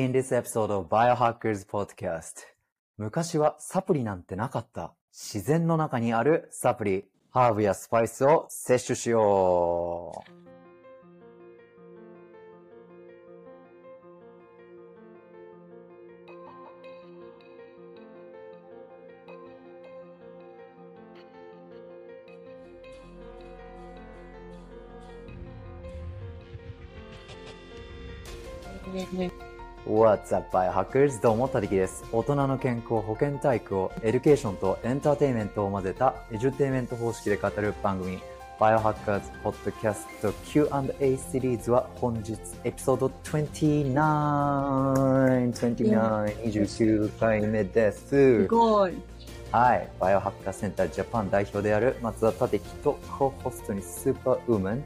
In this episode of Biohackers Podcast 昔はサプリなんてなかった自然の中にあるサプリハーブやスパイスを摂取しよう！What's up, Biohackers? どうも、たりきです。大人の健康、保健体育をエデュケーションとエンターテインメントを混ぜたエデュテインメント方式で語る番組 Biohackers Podcast Q&A シリーズは本日エピソード29、29、29回目です。すごい。はい、バイオハッカーセンタージャパン代表である松田立樹とコーホストにスーパーウーマン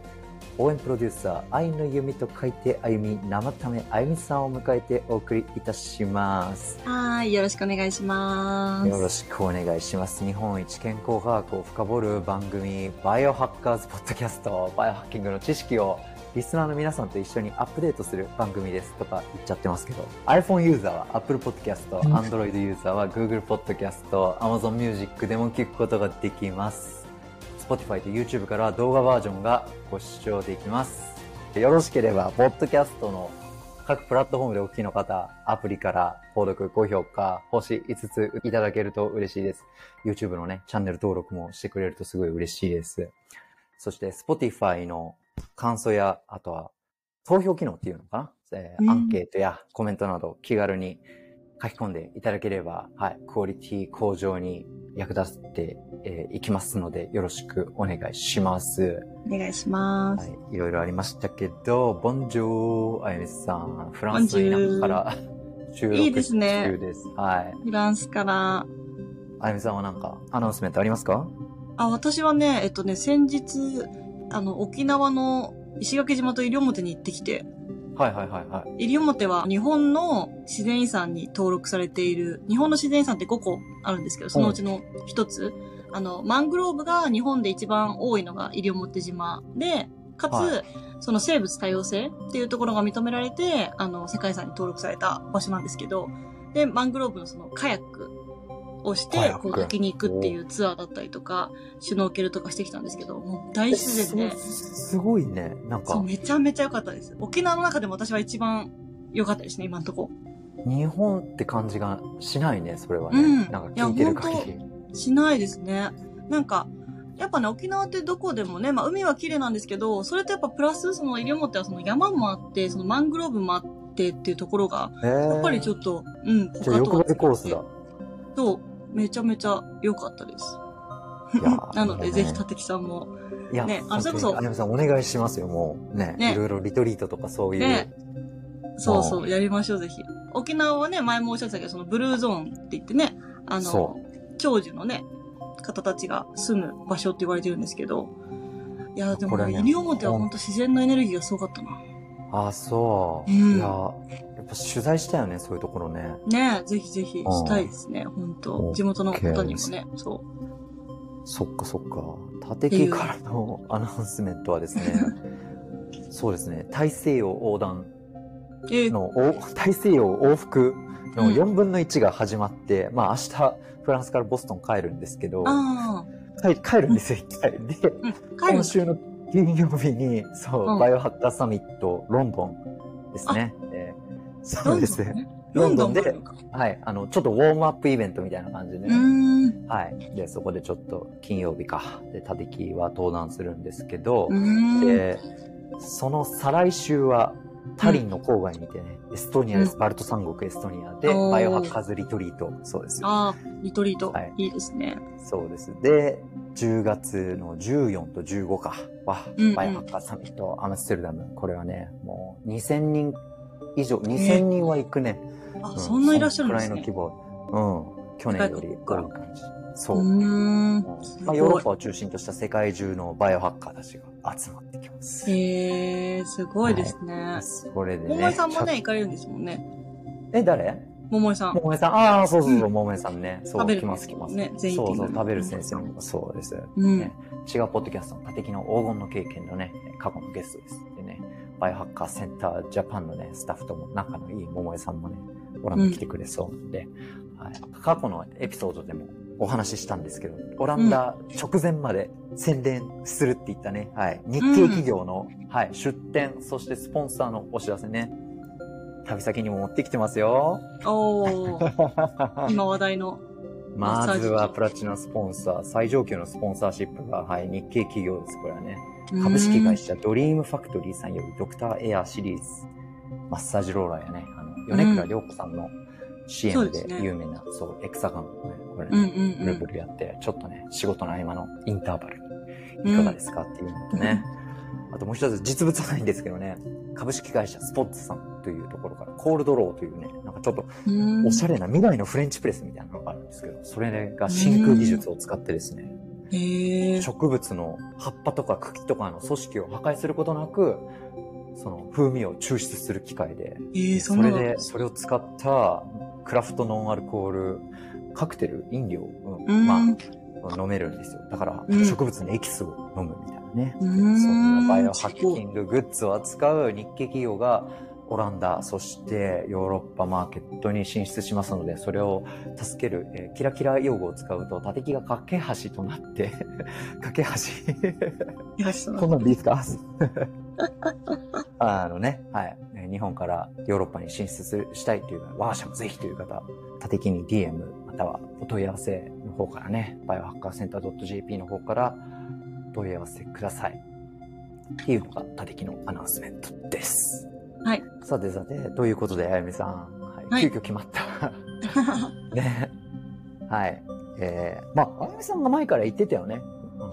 応援プロデューサー愛の弓と書いてあゆみ生ためあゆみさんを迎えてお送りいたしますはい、よろしくお願いします。よろしくお願いします日本一健康科学を深掘る番組バイオハッカーズポッドキャストバイオハッキングの知識をリスナーの皆さんと一緒にアップデートする番組ですとか言っちゃってますけど iPhone ユーザーは Apple Podcast うん Android ユーザーは Google Podcast Amazon Music でも聞くことができます Spotify と YouTube からは動画バージョンがご視聴できますよろしければポッドキャストの各プラットフォームでお聞きの方、アプリから購読、高評価、星5ついただけると嬉しいです。YouTube のね、チャンネル登録もしてくれるとすごい嬉しいです。そして Spotify の感想や、あとは投票機能っていうのかな、えーうんアンケートやコメントなど気軽に書き込んでいただければ、はい、クオリティ向上に役立って、えーいきますので、よろしくお願いします。お願いしまはす。い、いろいろありましたけど、ボンジョー、あゆみさん、フランスの田舎から収録中です。いいですねはい。フランスから、あゆみさんはなんかアナウンスメントありますかあ、私はね、えっとね、先日、あの、沖縄の石垣島と西表に行ってきて、はいはいはいはい。西表は日本の自然遺産に登録されている、日本の自然遺産って5個あるんですけど、そのうちの1つ、あの、マングローブが日本で一番多いのが西表島で、かつ、はその生物多様性っていうところが認められて、あの、世界遺産に登録された場所なんですけど、で、マングローブのそのカヤックをしカてヤッ、クこう、滝に行くっていうツアーだったりとか、シュノーケルとかしてきたんですけど、もう大自然で、すすごいね。なんそう、か、めちゃめちゃ良かったです。沖縄の中でも私は一番良かったですね、今のとこ。日本って感じがしないね、それはね。うんなんか聞いてる限いり。しないですね。なんか、やっぱね、沖縄ってどこでもね、まあ海は綺麗なんですけど、それとやっぱプラス、その西表はその山もあって、そのマングローブもあってっていうところが、へーやっぱりちょっと、うん、じゃあ他と欲は張りコースだ。そう、めちゃめちゃ良かったです。いやーなので、ぜひ、ね立木さんも。いや、ねあのそれこそ本当にあゆみさんお願いしますよ、もう。ね。ねいろいろリトリートとかそういう。ねそうそうう、やりましょう、ぜひ。沖縄はね、前もおっしゃってたけど、そのブルーゾーンって言ってね、あその、長寿のね、方たちが住む場所って言われてるんですけど、いや、でも、これね西表は本当自然のエネルギーがすごかったな。ああ、そう。うんいや、やっぱ取材したよね、そういうところね。ねえぜひぜひしたいですね、本当地元の方にもね、そそっかそっか。立木からのアナウンスメントはですね、そうですね、大西洋横断う。えーの、お大西洋往復うのん4分の1が始まって、まあ明日フランスからボストン帰るんですけど、ああ、帰帰るんですよ、一回。で、うん、帰る今週の金曜日に、そう、うんバイオハッカーサミットロンドンですね。えーそうですね。 ロロンンドドンンねでロンドンもあるのかはい。あの、ちょっとウォームアップイベントみたいな感じでうね。ーん。はい。で、そこでちょっと金曜日か。で、立木は登壇するんですけど、うーん。で、その再来週は、タリンの郊外にてね、エストニアです。バルト三国エストニアで、おーバイオハッカーズリトリート。そうです。ああ、リトリート、はいい、いですね。そうです。で、10月の14と15かはうんうん、バイオハッカーサミット、アムステルダム。これはね、もう2000人以上、2000人は行くね。あ、うそんないらっしゃるんですそのねく。らいの規模。うん。去年より多い感じ。そうう。ーん。まあ、ヨーロッパを中心とした世界中のバイオハッカーたちが集まってきます。へえー、すごいですね。これでね。桃井さんもね、ち行かれるんですもんね。ょっと。え、誰桃井さん。桃江さん。ああ、そうそうそうう、桃江さんね。そう、食べる来ます来ます。ね全員そうそう、的な食べる先生も。そうです。うん。ね違うポッドキャストの、他的の黄金の経験のね、過去のゲストです。でね、バイオハッカーセンタージャパンのね、スタッフとも仲のいい桃江さんもね、オランダ来てくれそうなんで、はい、過去のエピソードでもお話ししたんですけど、オランダ直前まで宣伝するって言ったね、はい、日系企業の、はい、出店、そしてスポンサーのお知らせね、旅先にも持ってきてますよ。おー今話題の。まずはプラチナスポンサー、最上級のスポンサーシップが、はい、日系企業です、これはね。 株式会社ドリームファクトリーさんよりドクターエアシリーズ、マッサージローラーやね、あの、米倉涼子さんの支そう援ですでね有名な、そう,、エクサガン、ね、これ、うん。ねうんうんブうルんブ。ルやって、ちょっとね、仕事の合間のインターバル、いかがですかっていうのとね、あともう一つ実物はないんですけどね、株式会社スポッツさんというところから、コールドローというね、なんかちょっとうんおしゃれな未来のフレンチプレスみたいなのがあるんですけど、それが真空技術を使ってですね、へえ。植物の葉っぱとか茎とかの組織を破壊することなく、その風味を抽出する機械で、えー、そそんなれので、それを使ったクラフトノンアルコール、カクテル、飲料、うんうんまあ、飲めるんですよ。だから、うん植物のエキスを飲むみたいなね。うそんんなバイオハッキンググッズを扱う日系企業が、オランダ、そしてヨーロッパマーケットに進出しますので、それを助ける、えーキラキラ用語を使うと、縦木が架け橋となって、 架け橋。いやそうこんなんでいいですか あのね、はい。ね日本からヨーロッパに進出するしたいというか、我が社もぜひという方、縦木に DM、またはお問い合わせの方からね、バイオハッカーセンター .jp の方からお問い合わせください。っていうのが縦木のアナウンスメントです。はい。さてさて、ということで、あやみさん、はいはい急遽決まった。 ね。はい。えー、まあ、あやみさんが前から言ってたよね。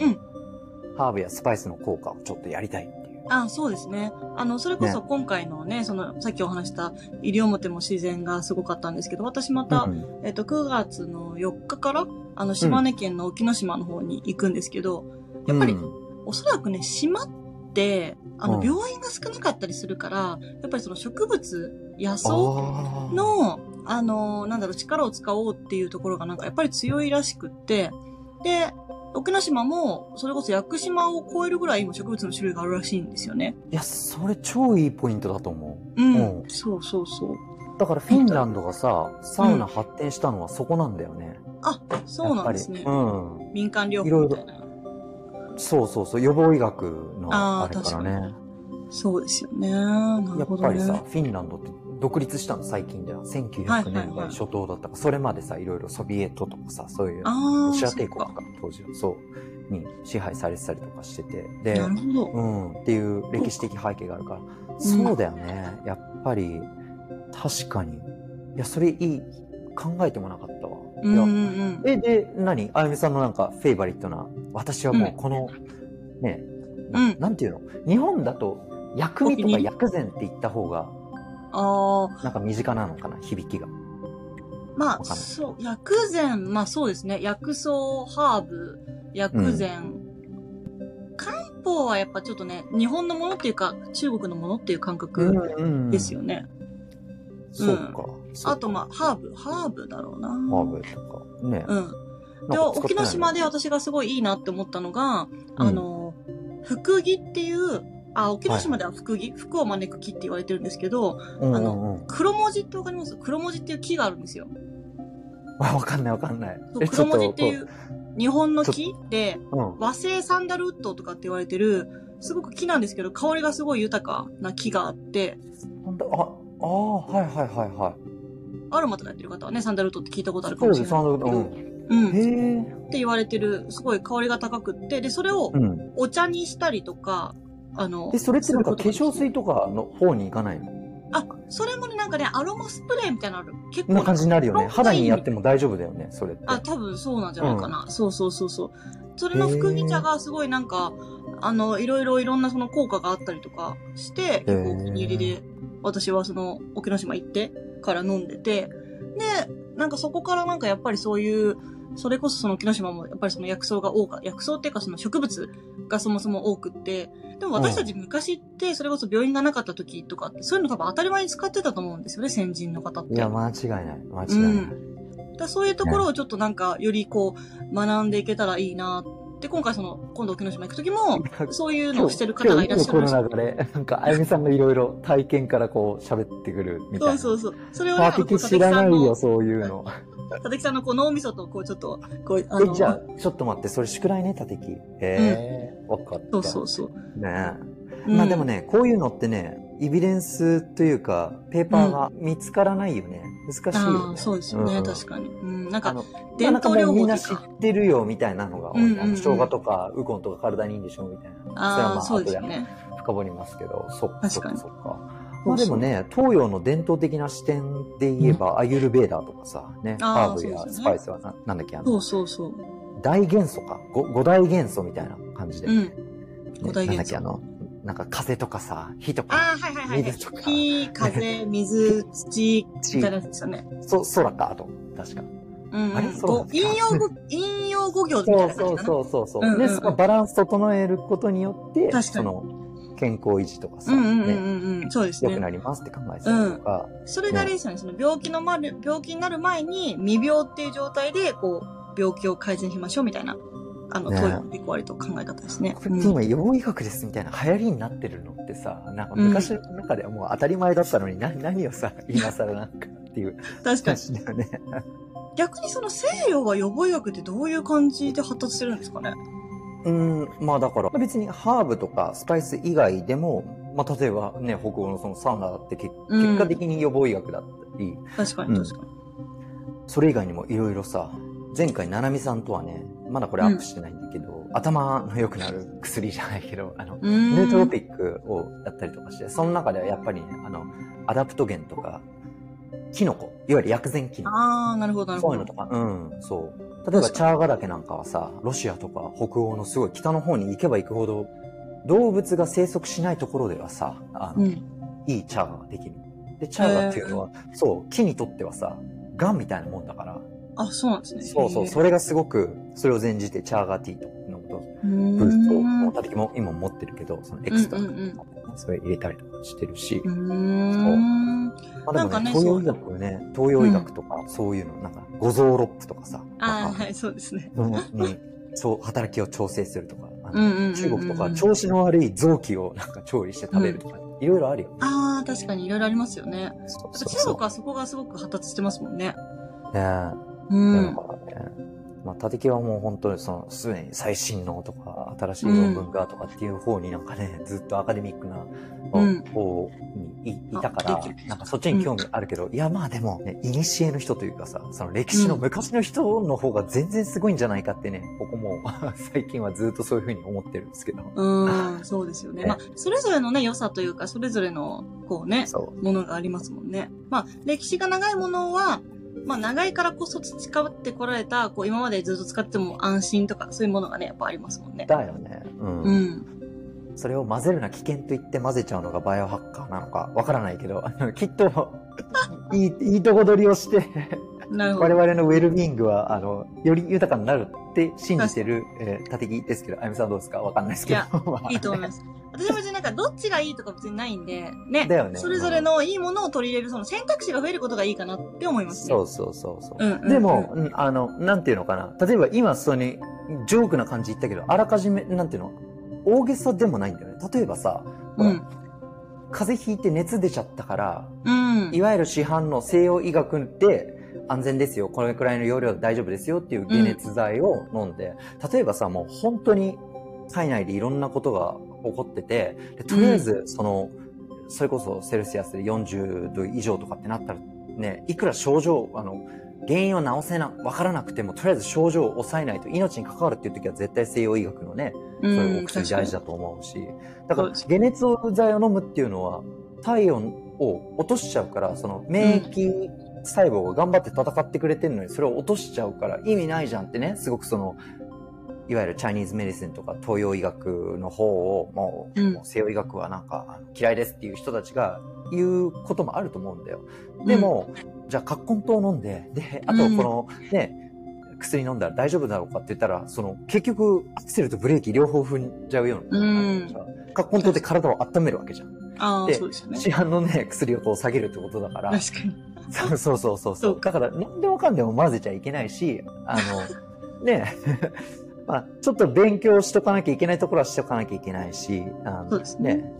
うん。ハーブやスパイスの効果をちょっとやりたいっていう。 あ、そうですね。あの、それこそ今回のね、その、さっきお話した、西表も自然がすごかったんですけど、私また、うんえっと、9月の4日から、あの、島根県の沖ノ島の方に行くんですけど、やっぱりうんおそらくね、島って、あうの、ん病院が少なかったりするから、やっぱりその植物、野あ草ーの、あの、なんだろう、力を使おうっていうところがなんかやっぱり強いらしくって、で、沖ノ島も、それこそ屋久島を超えるぐらい今植物の種類があるらしいんですよね。いや、それ超いいポイントだと思うん。うそうそうそう。う。だからフィンランドがさ、サウナ発展したのはそこなんだよね。あ、そうなんですやねっ。ぱりうん。民間療法みたいな。そうそうそう、予防医学のあーあれからね。そうですよね。なやるほっどぱね。りさ、フィンランドって独立したの最近だよ。はい1900はい年代初頭だったから、それまでさ、いろいろソビエトとかさ、そういう、あロあ、シアそ帝っ国とか。か当時は、そう、に支配されてたりとかしてて。でな、るほど。うん、っていう歴史的背景があるから、んそうだよね。やっぱり、確かに。いや、それいい。考えてもなかったわ。うんういやんうん。え、で、何あゆみさんのなんか、フェイバリットな、私はもうこの、ね、なうんなんていうの日本だと、薬味お気とにか入り薬膳って言った方が、ああ、なんか身近なのかな響きが。まわあ、かんないそう、薬膳、まあそうですね。薬草、ハーブ、薬膳。漢方はやっぱちょっとね、日本のものっていうか、中国のものっていう感覚んですよね。そうか。そうあとまあ、ハーブ、ハーブだろうな。ハーブとか。ね。うん。で、なんか使って沖ないノ島で私がすごいいいなって思ったのが、うんあの、福木っていう、あ、沖ノ島では福木、福を招く木って言われてるんですけど、うんあうんうん。黒文字ってわかります黒文字っていう木があるんですよ。あわかんないわかんないそ。うえ黒文字ってい。ちょう日本の木で、とこううん。和製サンダルウッドとかって言われてる、すごく木なんですけど、香りがすごい豊かな木があって、本当あ、ああ、はいはいはいはい。アロマとかやってる方はね、サンダルウッドって聞いたことあるかそうもでしす、れなサい。ンドウッド。うん。うん。っへえ。て言われてる、すごい香りが高くって、で、それをうん。お茶にしたりとか、あの、で、それってなんかそういうこ化とです粧水とかの方に行かないのあ、それもね、なんかね、アロマスプレーみたいなのある。結構な感じになるよね。あそうな肌んやにやっても大丈夫だよね、それって。あ、多分そうなんじゃないかな。そうそうそうそう。それの副議茶がすごいなんか、あの、いろいろいろんなその効果があったりとかして、結構お気に入りで、私はその、沖ノ島行ってから飲んでて、で、なんかそこからなんかやっぱりそういう、それこそその沖ノ島もやっぱりその薬草が多か、薬草っていうかその植物がそもそも多くって、でも私たち昔ってそれこそ病院がなかった時とかって、そういうの多分当たり前に使ってたと思うんですよね、先人の方って。いや、間違いない。間違ういない。んだからそういうところをちょっとなんか、よりこう、学んでいけたらいいなっで、今回その、今度沖ノ島行くときも、なんかそういうの今を日してる方がいらっしゃる今ら日しい今この流れ、なんか、あゆみさんがいろいろ体験からこう、喋ってくるみたいそうな。そうそう。それをね、パあーのティ佐ク知ら々木なさいんよ、の、そういうの。佐々木さんのこう脳みそとこうちょっと、こう、あえ、の、じゃそあ、ちょっと待って、それ宿題ね、たてき。へえ、わ、かった。うそうそう。ねうんまあでもね、こういうのってね、イビデンスというか、ペーパーが見つからないよね。難しいよああ、ね。そうですよね、うん確かに。うん、なんあか、の伝統療み法んとないう知か。ってるよ、みたいなのが多い。あうんうんうのん生姜とか、ウコンとか体にいいんでしょ、みたいな。それはあまあ、あそうですよね。深掘りますけど、そっかそ確っかかにそっか。まあでもね、東洋の伝統的な視点で言えば、アユルベーダーとかさ、ね、あーハーブやそうですスよねパイスはな、なんだっけ、あそのう、そうそう。大元素か。ご五大元素みたいな感じで。うねん。五大なんだ元っけ、素あ。の、なんか風とかさ、火とか、ああ、はいはいはいはい。水とか火、 風、水、土、地みたいなやつですよね。そ、空か、あと、確か。うん、あうれん。そうなこんうですか引用語、引用語行みたそいうなそ感じうかな。そうそうそう、うんうんうで、んそのバランス整えることによって、確かにその、健康維持とかさ、うんうんうね、んうんうん。そうです良くね。なりますって考えたりとか、それがあれですよね。その病気のまる、病気になる前に未病っていう状態で、こう、病気を改善しましょうみたいな、あの、ね問いってこう割と考え方ですね。こうれってん今予防医学ですみたいな流行りになってるのってさなんか昔の中ではもう当たり前だったのに、な 何をさ今更なんかっていう 確感かに。じだよね。逆にその西洋は予防医学ってどういう感じで発達してるんですかねうんまあだから別にハーブとかスパイス以外でも、まあ、例えばね北欧のそのサウナだって結うん結果的に予防医学だったり、確かうにん確かに。それ以外にもいろいろさ前回ななみさんとはねまだこれアップしてないんだけど、頭の良くなる薬じゃないけどあのうーんヌートロピックをやったりとかして、その中ではやっぱりね、あの、アダプトゲンとか、キノコ、いわゆる薬膳キノああ、なるほど、なコ、るそうほいうのと。か、どうん、そう。例えば、確かにチャーガ岳なんかはさ、ロシアとか北欧のすごい北の方に行けば行くほど、動物が生息しないところではさ、あの、うん。いいチャーガができる。で、チャーガっていうのは、そう、木にとってはさ、ガンみたいなもんだから、あ、そうなんですね。そうそう、それがすごく、それを前じてチャーガティーと飲むと、うーん。ブルースを、もうたてきも今持ってるけど、そのエクストラとかね、うんうんそれ入れたりとかしてるし、うーん。まあでもなんかね、ね東洋医学ね、東洋医学とか、そういうの、なんか、五臓六腑とかさ、ああ、まはい、そうですね。そのに、そう、働きを調整するとか、あうんうんうんのうん中国とか、調子の悪い臓器をなんか調理して食べるとか、いろいろあるよね。ああ、確かにいろいろありますよね。そう中そう国そはそこがすごく発達してますもんね。う。ねえうだん。からね。まあ、たてきはもう本当にその、すでに最新のとか、新しい論文がとかっていう方になんかね、ずっとアカデミックなうん方にいいたかあでらきる、なんかそっちに興味あるけど、いやまあでも、ね、いにしえの人というかさ、その歴史のうん昔の人の方が全然すごいんじゃないかってね、ここも 最近はずっとそういうふうに思ってるんですけど。うん、そうですよね。まあ、それぞれのね、良さというか、それぞれの、こうね、そものがありますもんね。まあ、歴史が長いものは、まあ、長いからこそ培ってこられた、こう、今までずっと使っても安心とか、そういうものがね、やっぱありますもんねう。。だよね。うん。うん。それを混ぜるな危険と言って混ぜちゃうのがバイオハッカーなのかわからないけど、あのきっと、いい、いいとこ取りをして、なるほ我ど。々のウェルビーイングは、あの、より豊かになるって信じてる、えー、立木ですけど、あゆみさんどうですかわかんないですけどい。いいと思います。私も別になんか、どっちがいいとか別にないんで、ね。だよねそれぞれのいいものを取り入れる、その選択肢が増えることがいいかなって思います ね。そうそうそうそう。うんうんうんでも、うんあの、なんていうのかな。例えば今、それに、ジョークな感じ言ったけど、あらかじめ、なんていうの大げさでもないんだよね。例えばさ、ほらうん。風邪ひいて熱出ちゃったから、うん。いわゆる市販の西洋医学で安全ですよ。これくらいの容量で大丈夫ですよっていう解熱剤を飲んで、例えばさ、もう本当に体内でいろんなことが起こってて、でとりあえず、その、それこそセルシアスで40度以上とかってなったら、ね、いくら症状、あの、原因を治せな、わからなくても、とりあえず症状を抑えないと命に関わるっていう時は絶対西洋医学のね、うそんういうお薬大事だと思うし、だからそうです解熱剤を飲むっていうのは体温を落としちゃうからその免疫細胞が頑張って戦ってくれてるのにそれを落としちゃうから意味ないじゃんってねすごくそのいわゆるチャイニーズメディスンとか東洋医学の方をもう,、うんもう西洋医学はなんかあの嫌いですっていう人たちが言うこともあると思うんだよ。でも、じゃあ、葛根湯を飲んで、で、あと、この、ね、薬飲んだら大丈夫だろうかって言ったら、その、結局、アクセルとブレーキ両方踏んじゃうような。うん葛根湯って体を温めるわけじゃん。ああ、でそうですよね。市販のね、薬をこう下げるってことだから。確かに。そうそうそうそう。そう だから、何でもかんでも混ぜちゃいけないし、あの、ね、 まあ、ちょっと勉強しとかなきゃいけないところはしとかなきゃいけないし、あのそうですね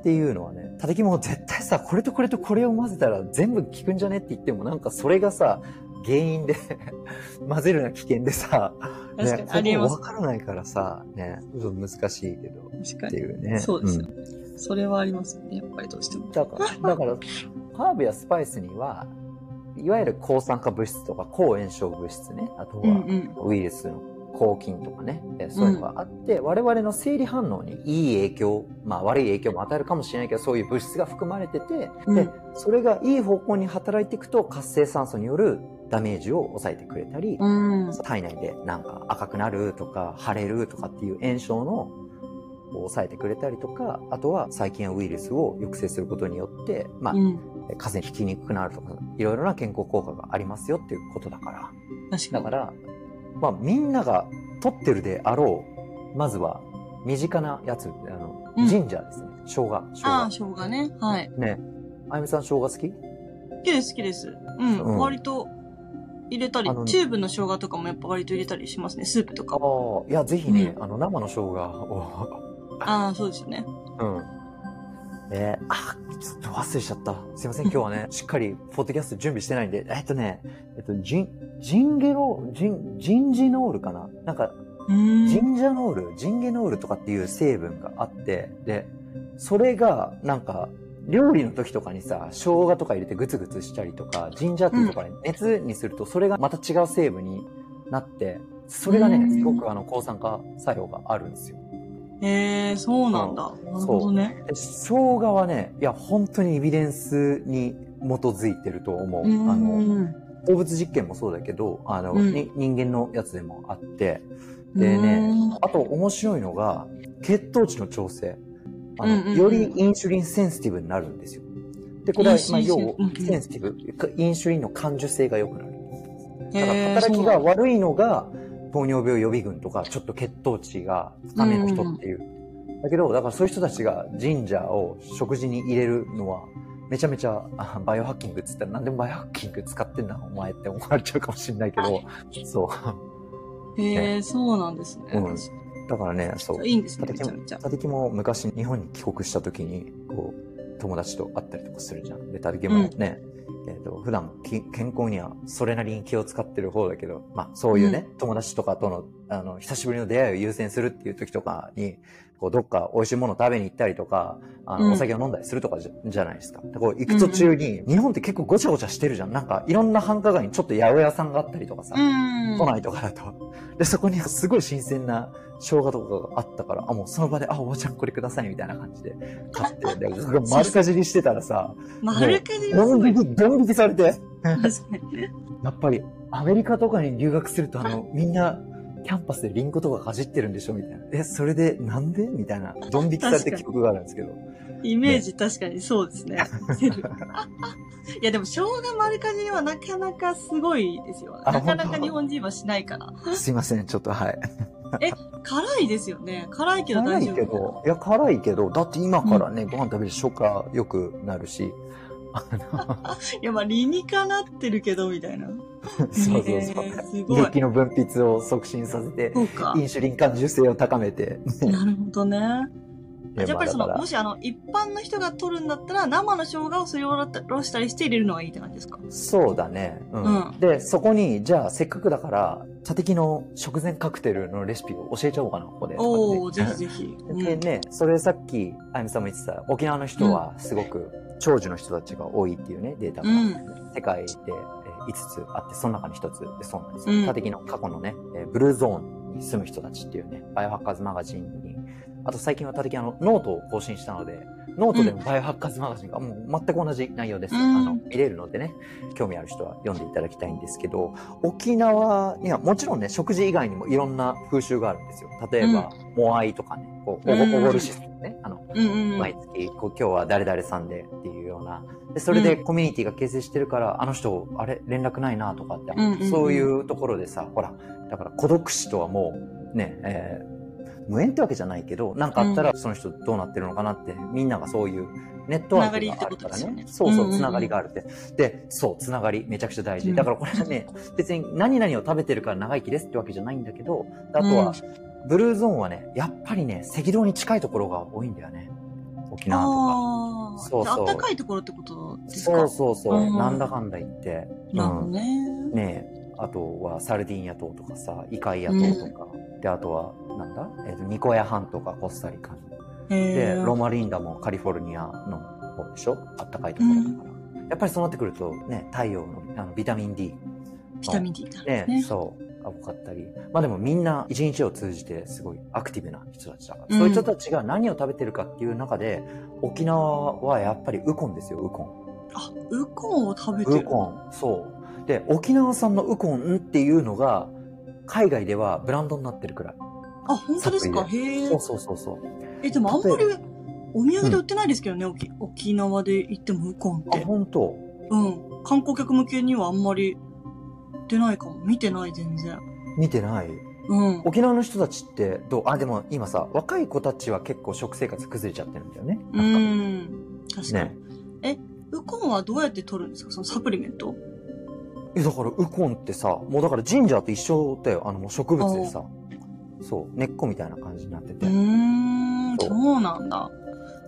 っていうのはね、たたきも絶対さ、これとこれとこれを混ぜたら全部効くんじゃねって言っても、なんかそれがさ、原因で 混ぜるな危険でさ、確かねに、ありえここまわす。からないからさ、ね、うん難しいけど、確かってに。いうね。そうですんよ、ねそれはありますね。やっぱりどうしても。だから、だから、ハーブやスパイスには、いわゆる抗酸化物質とか抗炎症物質ね、あとうんうはん。ウイルスの抗菌とかね、えそういうのがあって、我々の生理反応にいい影響、まあ悪い影響も与えるかもしれないけど、そういう物質が含まれてて、うでん、それがいい方向に働いていくと、活性酸素によるダメージを抑えてくれたり、うん。体内でなんか赤くなるとか腫れるとかっていう炎症のを抑えてくれたりとかあとは細菌やウイルスを抑制することによって、まあうん。風邪ひきにくくなるとかいろいろな健康効果がありますよっていうことだから確かだにか。ら、まあ、みんなが取ってるであろうまずは身近なやつあのうん神社ですね、生姜生ああ、姜生姜ね。はい。ねあゆみさん生姜好き好きです、好きです。うん。うん割と入れたりあの、チューブの生姜とかもやっぱ割と入れたりしますね。スープとあか。あいやぜひね、うあの生の生姜をああ、そうですよね。うん。えーあ、ちょっと忘れちゃった。すいません、今日はね、しっかり、ポッドキャスト準備してないんで、えっとね、えっと、ジン、ジンゲロー、ジン、ジンジノールかななんか、うージん。ンジャノール、ジンゲノールとかっていう成分があって、で、それが、なんか、料理の時とかにさ、生姜とか入れてグツグツしたりとか、ジンジャーティーとかに熱にすると、それがまた違う成分になって、それがうね、んすごくあの、抗酸化作用があるんですよ。へえ、そうなんだ。なるほどね。で生姜はね、いや、本当にエビデンスに基づいてると思う。うーあの、ん。動物実験もそうだけど、あの、うんに人間のやつでもあって、うでーんね、あと面白いのが、血糖値の調整。あの、うんうんうんよりインシュリンセンシティブになるんですよ。で、これはイン、シまあ、ュリン要センはうんうんセンシティブ、インシュリンの感受性が良くなる。だからへえ、働そきうながんだ悪いのが糖尿病予備軍とかちょっと血糖値が高めの人っていう、だけどだからそういう人たちがジンジャーを食事に入れるのはめちゃめちゃあバイオハッキングっつったら何でもバイオハッキング使ってんなお前って思われちゃうかもしれないけどそうへえ、そうなんですね。うんだからねそういいんですね、め叩きちゃもめちゃ。タテキも昔日本に帰国した時にこう友達と会ったりとかするじゃんでタテキもね、えー、と普段き健康にはそれなりに気を使ってる方だけど、まあ、そういうね、友達とかとのあの久しぶりの出会いを優先するっていう時とかにこうどっか美味しいもの食べに行ったりとかあの、うんお酒を飲んだりするとかじゃじゃないですかでこう行く途中に、日本って結構ごちゃごちゃしてるじゃんなんかいろんな繁華街にちょっと八百屋さんがあったりとかさ、うん。都内とかだと。で、そこにすごい新鮮な生姜とかがあったから、あ、もうその場で、あ、おばちゃんこれくださいみたいな感じで買 って、で、僕が丸かじりしてたらさ、 丸かじりはすドごン い。引き、ドン引きされて、確かに。やっぱりアメリカとかに留学すると、あの、みんな、キャンパスでリンゴとかかじってるんでしょみたいな。え、それでなんでみたいな。ドン引きされて記憶があるんですけ ど。イメージ確かにそうですね。いやでも生姜丸かじりはなかなかすごいですよ。あなかな本か当日本人はしないから。すいません、ちょっとはい。辛いですよね。辛いけど辛大い丈夫。けど、いや、辛いけど、だって今からね、ご飯食べる消化良くなるし、いやまあ理にかなってるけどみたいな。そう そうそうへ。ーすごい胃。液の分泌を促進させて、そうかイ。ンシュリン感受性を高めて。なるほどね。ねじゃあやっぱりそまの、あだもしあの、一般の人が取るんだったら、生の生姜をすりおろしたりして入れるのがいいって感じですかからそうだね、うん。うんで、そこに、じゃあせっかくだから、茶的の食前カクテルのレシピを教えちゃおうかな、ここで。おー、とぜかひねぜひ。うでんね、それさっき、あゆみさんも言ってた、沖縄の人はすごく長寿の人たちが多いっていうね、データが、う世界でえー5つあって、その中に1つでそうなんですうよ。ん他的の過去のね、えーブルーゾーンに住む人たちっていうね、バイオハッカーズマガジンに、あと最近は他的あの、ノートを更新したので、ノートでもバイオハッカーズマガジンがもう全く同じ内容です。うんあの、見れるのでね、興味ある人は読んでいただきたいんですけど、沖縄にはもちろんね食事以外にもいろんな風習があるんですよ例えば、モアイとかねこうおごうんおごるシステムねあの、うんうんうん。毎月こう今日は誰々さんでっていうようなでそれでコミュニティが形成してるから、あの人あれ連絡ないなとかって、うんうんうんそういうところでさほらだから孤独死とはもうね、えー無縁ってわけじゃないけど、なんかあったらその人どうなってるのかなって、みんながそういうネットワークがあるからつながりってことですよね。ねそうそうう、んうんうんつながりがあるって。で、そう、つながりめちゃくちゃ大う事。んだからこれはね、別に何々を食べてるから長生きですってわけじゃないんだけど、であとは、ブルーゾーンはね、やっぱりね、赤道に近いところが多いんだよね。沖縄とか。ああー、そうそうじゃあったかいところってことですそかうそうそう、うんなんだかんだ言って。なるほどうんね。ねえあとはサルディンヤ島とかさイカイヤ島とか、であとはなんだ、えーとニコヤ半島かコスタリカにでえーロマリンダもカリフォルニアの方でしょあったかいところだから、やっぱりそうなってくるとね太陽のあのビタミン D ビタミン D ってあるんでねすね。そう多かったりまあでもみんな一日を通じてすごいアクティブな人たちだから、そういう人たちが何を食べてるかっていう中で沖縄はやっぱりウコンですよウコン。あ、ウコンを食べてる。ウコンそうで沖縄産のウコンっていうのが海外ではブランドになってるくらい、あ、本当ですかサへえそう。そうそうそうえ、でもあんまりお土産で売ってないですけどね、沖沖縄で行ってもウコンっあて。本当うん。観光客向けにはあんまり売ってないかも。見てない、全然。見てないうん。沖縄の人たちってどうあでも今さ若い子たちは結構食生活崩れちゃってるんだよねうなんかん。確かに。ねウコンはどうやって取るんですかそのサプリメントえだからウコンってさもうだからジンジャーと一緒だよあのもう植物でさそう根っこ みたいな感じになってうて、ーん、そうそうなんだ。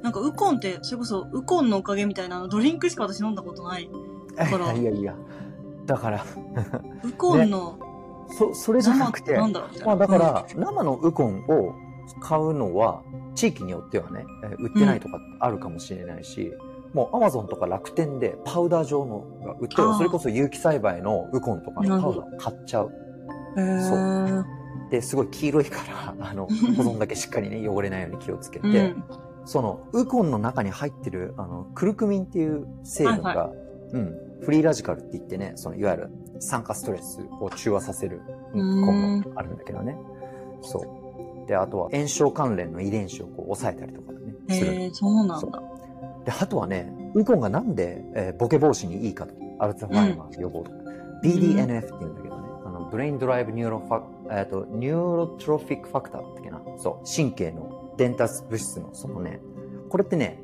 なんかウコンって、それこそウコンのおかげみたいなあのドリンクしか私飲んだことない。からいやいやだからウコンのそそれじゃ生なっくててなんだろうみたいな。まあだから、生のウコンを買うのは、地域によってはね、えー売ってないとかあるかもしれないし、もうアマゾンとか楽天でパウダー状のが売ってるあーそれこそ有機栽培のウコンとかなのるパほウどダー買っちゃう。うん、へーで、すごい黄色いから、あの、保存だけしっかりね、汚れないように気をつけて、うん。そのウコンの中に入ってる、あの、クルクミンっていう成分が、はいうん、フリーラジカルって言ってね、その、いわゆる酸化ストレスを中和させる、ううんん、コンがあるんだけどね。そう。で、あとは炎症関連の遺伝子をこう抑えたりとかね、する。へえ、そうなんだ。で、あとはね、ウコンがなんで、えーボケ防止にいいかと。アルツハイマー予防とか。BDNF って言うんだけどね。あの、ブレインドライブニューロファ、えっと、ニューロトロフィックファクターだったっけな。そう。神経の伝達物質の、そのね、これってね、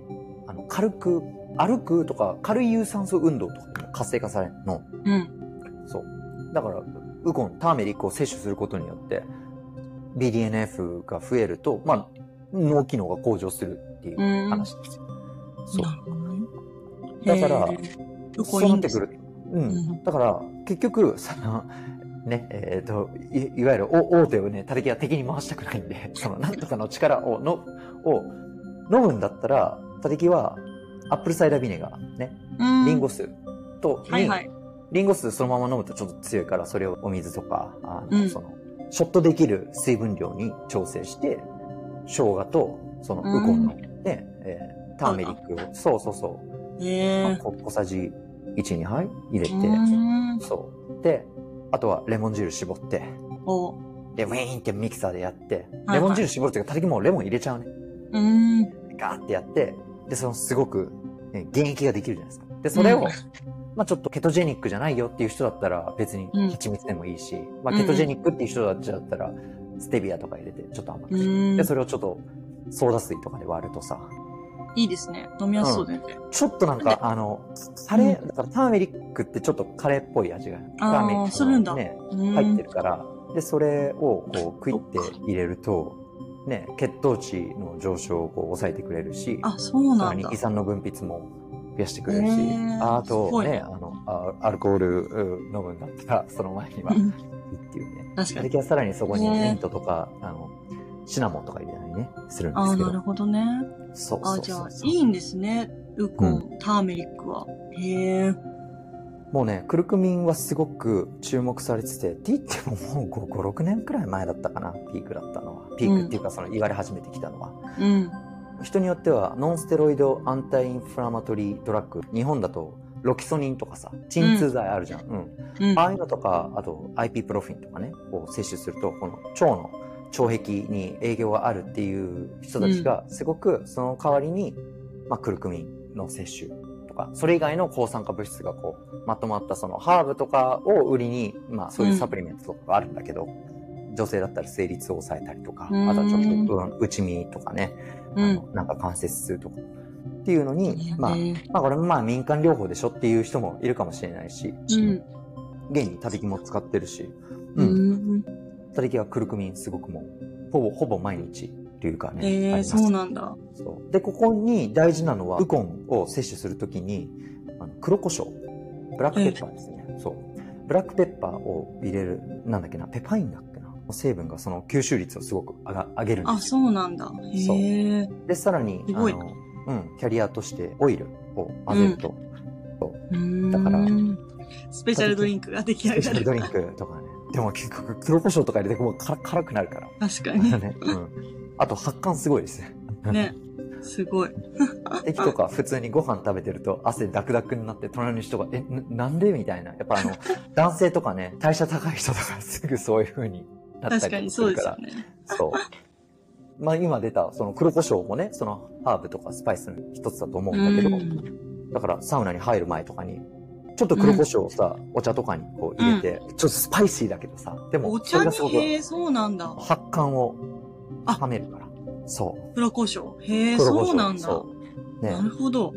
あの、軽く、歩くとか、軽い有酸素運動とかでも活性化されるの。うん。そう。だから、ウコン、ターメリックを摂取することによって、BDNF が増えると、まあ、脳機能が向上するっていううん。話ですよ。そう。なるほどね。だからへーウコそうンいないっんでてすくねる。うん。うんだから、結局、その、ね、えっ、とい、いわゆるお大手をね、叩きは敵に回したくないん で、その、なんとかの力を、の、を、飲むんだったら、叩きは、アップルサイダービネガー、ね、うんリンゴ酢と、はいはい。リンゴ酢そのまま飲むとちょっと強いから、それをお水とか、あの、うんその、ショットできる水分量に調整して、生姜と、その、ウコンの、ね、えーターメリックを、そうそうそう、へえ。小小さじ1、2杯入れて、うんそう。で、あとはレモン汁絞って、おで、ウィーンってミキサーでやって、はいレモン汁絞るっていうか、たきもうレモン入れちゃうね。うん。ガーってやって、で、そのすごく、ね、原液ができるじゃないですか。で、それを、うんまあちょっとケトジェニックじゃないよっていう人だったら別にうん蜂蜜でもいいし、まうあんケトジェニックっていう人だったら、ステビアとか入れてちょっと甘くして、うんで、それをちょっとソーダ水とかで割るとさ、いいですね。飲みやすそうだよね。ちょっとなんでか、あの、カレー、だからターメリックってちょっとカレーっぽい味が、タあーーメリックのするんだね、うん入ってるから、で、それをこう、クイって入れると、ね、血糖値の上昇をこう抑えてくれるし、あ、そうさならんにだ胃。酸の分泌も増やしてくれるしへ、ーああすごといねね、あの、あアルコールう飲むんだったら、その前にはういいんっていうね。確かにで、。さらにそこにへーミントとか、あの、シナモンとか入れたりね、するんであすあ、けなるど。ほどね。そうあそあ、うじそゃうあ、そういいんですね。ウコン、ターメリックは。へえ。もうね、クルクミンはすごく注目されてて、って言ってももう5、5 6年くらい前だったかな、ピークだったのは。ピークっていうか、その言われ始めてきたのは。うん。人によってはノンステロイドアンタイインフラマトリードラッグ日本だとロキソニンとかさ鎮痛剤あるじゃん、うんうんあ。あいうのとかあと IP プロフィンとかねを摂取するとこの腸の腸壁に影響があるっていう人たちがすごくその代わりに、まあ、クルクミンの摂取とかそれ以外の抗酸化物質がこうまとまったそのハーブとかを売りに、まあ、そういうサプリメントとかがあるんだけど、女性だったら生理痛を抑えたりとか、うんあとはちょっとうん内身とかね、うあんの。なんか関節痛とかっていうのに、まあ、ねまあこれもまあ民間療法でしょっていう人もいるかもしれないし、うん。現にたびきも使ってるし、ううん、ん。たびきはクルクミンすごくもう、ほぼほぼ毎日っていうかね、えありえ、ますそうなんだ。そうで、ここに大事なのは、ウコンを摂取するときに、あの黒胡椒、ブラックペッパーですね。そう。ブラックペッパーを入れる、なんだっけな、ペパインだっけな。の成分がその吸収率をすごく上が上げるんあ、ですよ。そうなんだ。そうへえ。で、さらに、すごいあなの、うん、キャリアとしてオイルを混ぜると、だだからスペシャルドリンクが出来スペ上シャがルる。ドリンクとかね。でも結局、黒胡椒とか入れてもう辛辛くなるから。確かあのに。ねうん、あと、発汗すごいですね。 ね。すごい。駅とか普通にご飯食べてると汗ダクダクになって隣の人が「えななんで?」みたいなやっぱ あの男性とかね代謝高い人とかすぐそういう風になった確かりにすそうるでかすらよそね。うまあ今出たその黒胡椒もねそのハーブとかスパイスの一つだと思ううんだけど、ん。だからサウナに入る前とかにちょっと黒胡椒をさ、お茶とかにこう入れて、ちょっとスパイシーだけどさでもおそ茶れにがすご、くへえ、そうなんだ。発汗を高めるからそう黒胡椒。へえ、黒胡椒そうなんだそ。ねなるほど。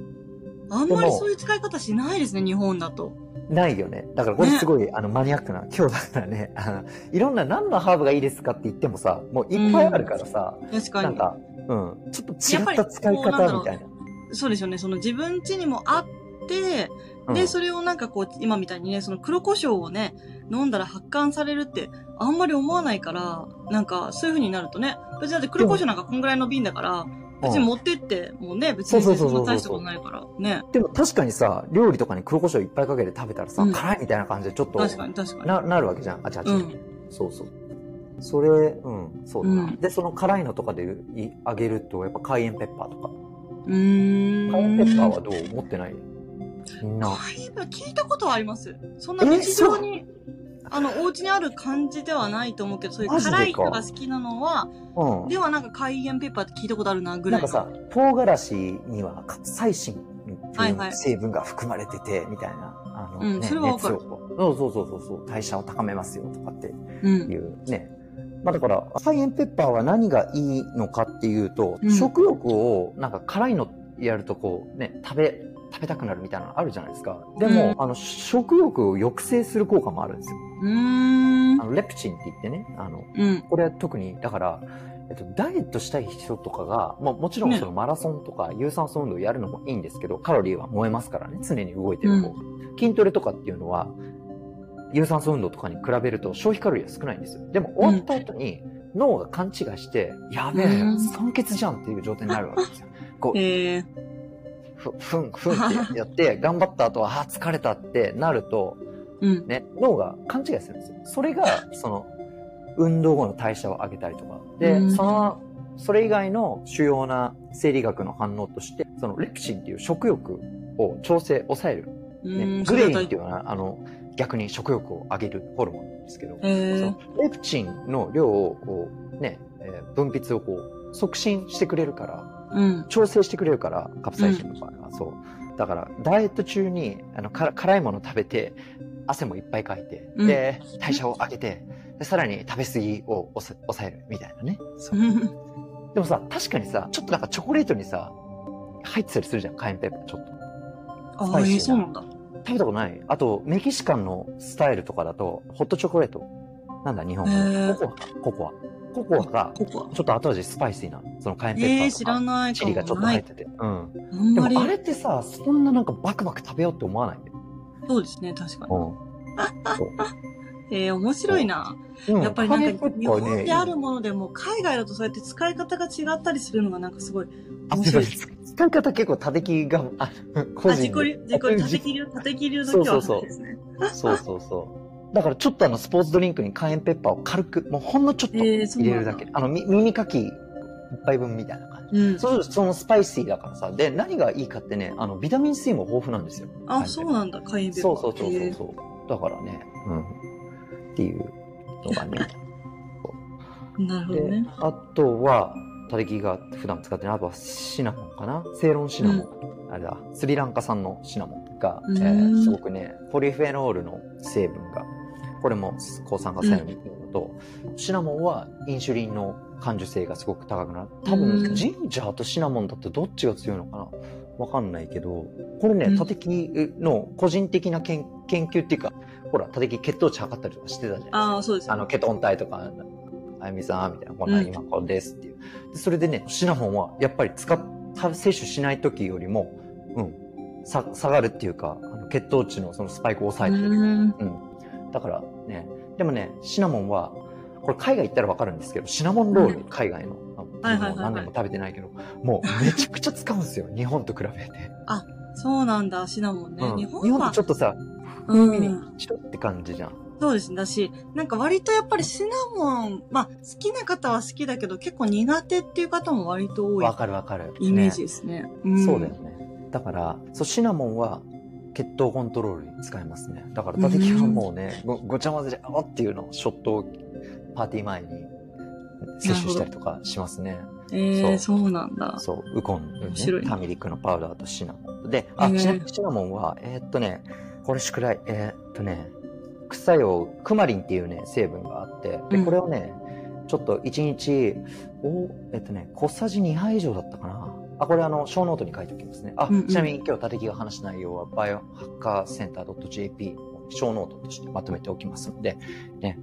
あんまりそういう使い方しないですね、日本だと。ないよね。だからこれねすごい、あのマニアックな。今日だからね、 あの、いろんな何のハーブがいいですかって言ってもさ、もういっぱいあるからさ、確かなんに。か、うん、ちょっとやっぱ違っりた使いこうなんだ方ろうみたいな。そうですよね。その自分家にもあって、うんで、それをなんかこう、今みたいにね、その黒胡椒をね、飲んだら発汗されるって、あんまり思わないから、なんか、そういう風になるとね、別にだって黒胡椒なんかこんぐらいの瓶だから、別に持ってって、もうね、別にそう全そうそうそ然う大したことないから、ね。でも確かにさ、料理とかに黒胡椒いっぱいかけて食べたらさ、うん辛いみたいな感じでちょっと、確かに確かに。な、なるわけじゃん。あちあち。うん。そうそう。それ、うん、そうだな。うんで、その辛いのとかでいあげると、やっぱカイエンペッパーとか。うーん。カイエンペッパーはどう思ってないみんな。カイエンペッパー聞いたことはあります。そんなえ日常に、あの、お家にある感じではないと思うけど、そういうマジでか辛い人が好きなのは、うん。ではなんかカイエンペッパーって聞いたことあるな、ぐならんかい。さ、唐辛子にはカプサイシンってはいいうはい成分が含まれてて、みたいな。あの、うんそれはわかる熱をそうそうそうそうそう、代謝を高めますよとかっていうん。うね。まあだから、ハイエンペッパーは何がいいのかっていうと、うん食欲をなんか辛いのやるとこうね、食べ、食べたくなるみたいなのあるじゃないですか。でも、うあの、食欲を抑制する効果もあるんですよ。うーんあ。の、レプチンって言ってね、あの、うん。これは特に、だから、えっと、ダイエットしたい人とかが、まあ、もちろんねそのマラソンとか有酸素運動やるのもいいんですけど、カロリーは燃えますからね、常に動いてる方が、筋トレとかっていうのは、有酸素運動とかに比べると消費カロリーは少ないんですよ。でも終わった後に脳が勘違いして、やべえうん、酸欠じゃんっていう状態になるわけですよ。こう、えー、ふ、ふん、ふんってやって、頑張った後は、あー、疲れたってなると、うん。ね、脳が勘違いするんですよ。それ が、その、運動後の代謝を上げたりとか。でう、んその、それ以外の主要な生理学の反応として、そのレクチンっていう食欲を調整、抑える。うねん。グレインってていうのは、あの、逆に食欲を上げるホルモンなんですけど、えそーの、レプチンの量をこう、ね、えー分泌をこう、促進してくれるから、うん。調整してくれるから、カプサイシンの場合は、そう。だから、ダイエット中に、あの、から辛いもの食べて、汗もいっぱいかいて、うんで、代謝を上げて、で、さらに食べ過ぎをおさ抑えるみたいなね。そう。でもさ、確かにさ、ちょっとなんかチョコレートにさ、入ってたりするじゃん、カインペーパー、ちょっと。あスあ、パえイシーなー、そうなんだ。食べたことないあと、メキシカンのスタイルとかだと、ホットチョコレート。なんだ、日本へ語ーで。ココアか、ココア。ココアが、ここは。ちょっと後味スパイシーな、そのカインペーパえー、ー知、とからないチかリがちょもっとな入っい。てて。うん。あんでもまりあ。れってさ、そんななんかバクバク食べようって思わないね。そうですね、確かに。うえー、面白いな。ん。やっぱりなんカか、レー日粉は本であるね、ものでも、海外だとそうやって使い方が違ったりするのがなんかすごいあ面白い。使い方結構たてきが、 あ、個あ、人自己で流、自己流、縦切り、縦切りの今日はそうですね。 そうそうそう。だからちょっとあの、スポーツドリンクにカエンペッパーを軽く、もうほんのちょっとえーそう入なんだれるだけ。あの、み耳かき一杯分みたいな感じ。うん。そうするとそのスパイシーだからさ。で、何がいいかってね、あの、ビタミン C も豊富なんですよ。あ、そうなんだ、カインベルそうそうそうえそうーそう。だからね、うん。っていうのが ね。なるほでどね。あとは、たれきが普段使ってるあとはシナモンかな。セイロンシナモン。あれだ、スリランカ産のシナモンが、えうーんすごくね、ポリフェノールの成分が、これも抗酸化作用にいいのとシナモンはインシュリンの感受性がすごく高くなる多う分んジンジャーとシナモンだとどっちが強いのかなわかんないけどこれうねん立木の個人的な研研究っていうかほら立木血糖値測ったりとかしてたじゃないですか。ああ、そうですあよの、ケトン体とか、あゆみさん、みたいな、こんなうん今こうですっていう。でそれでね、シナモンは、やっぱり使っ、た摂取しない時よりも、うん、さ、下がるっていうか、あの血糖値のそのスパイクを抑えてる。うんだからね、でもね、シナモンは、これ海外行ったらわかるんですけど、シナモンロール、うん海外の。はいはいもはいはいう何年も食べてないけど、もうめちゃくちゃ使うんですよ、日本と比べて。そうなんだ、シナモンね。うん日日本本っはてちょっとさ、うん海にチロって感じじゃん。そうですね。だし、なんか割とやっぱりシナモン、まあ、好きな方は好きだけど、結構苦手っていう方も割と多いわかるわかる。イメーねジですね。んそうだよね。だから、そう、シナモンは血糖コントロールに使えますね。だから、立木はもうね、ごごちゃ混ぜで、あっていうのをショットをパーティー前に摂取したりとかしますね。ええそそうなんだ。そう、ウコン、面白いねターメリックのパウダーとシナモン。で、あ、うんちなみにシナモンは、えーっとね、これ宿題、えーっとね、副作用、クマリンっていうね、成分があって、で、うんこれをね、ちょっと1日、お、えーっとね、小さじ2杯以上だったかな。あ、これあの、小ノートに書いておきますね。あ、うんうんちなみに今日、立木が話した内容は、バイオハッカーセンター .jp、小ノートとしてまとめておきますので、ね、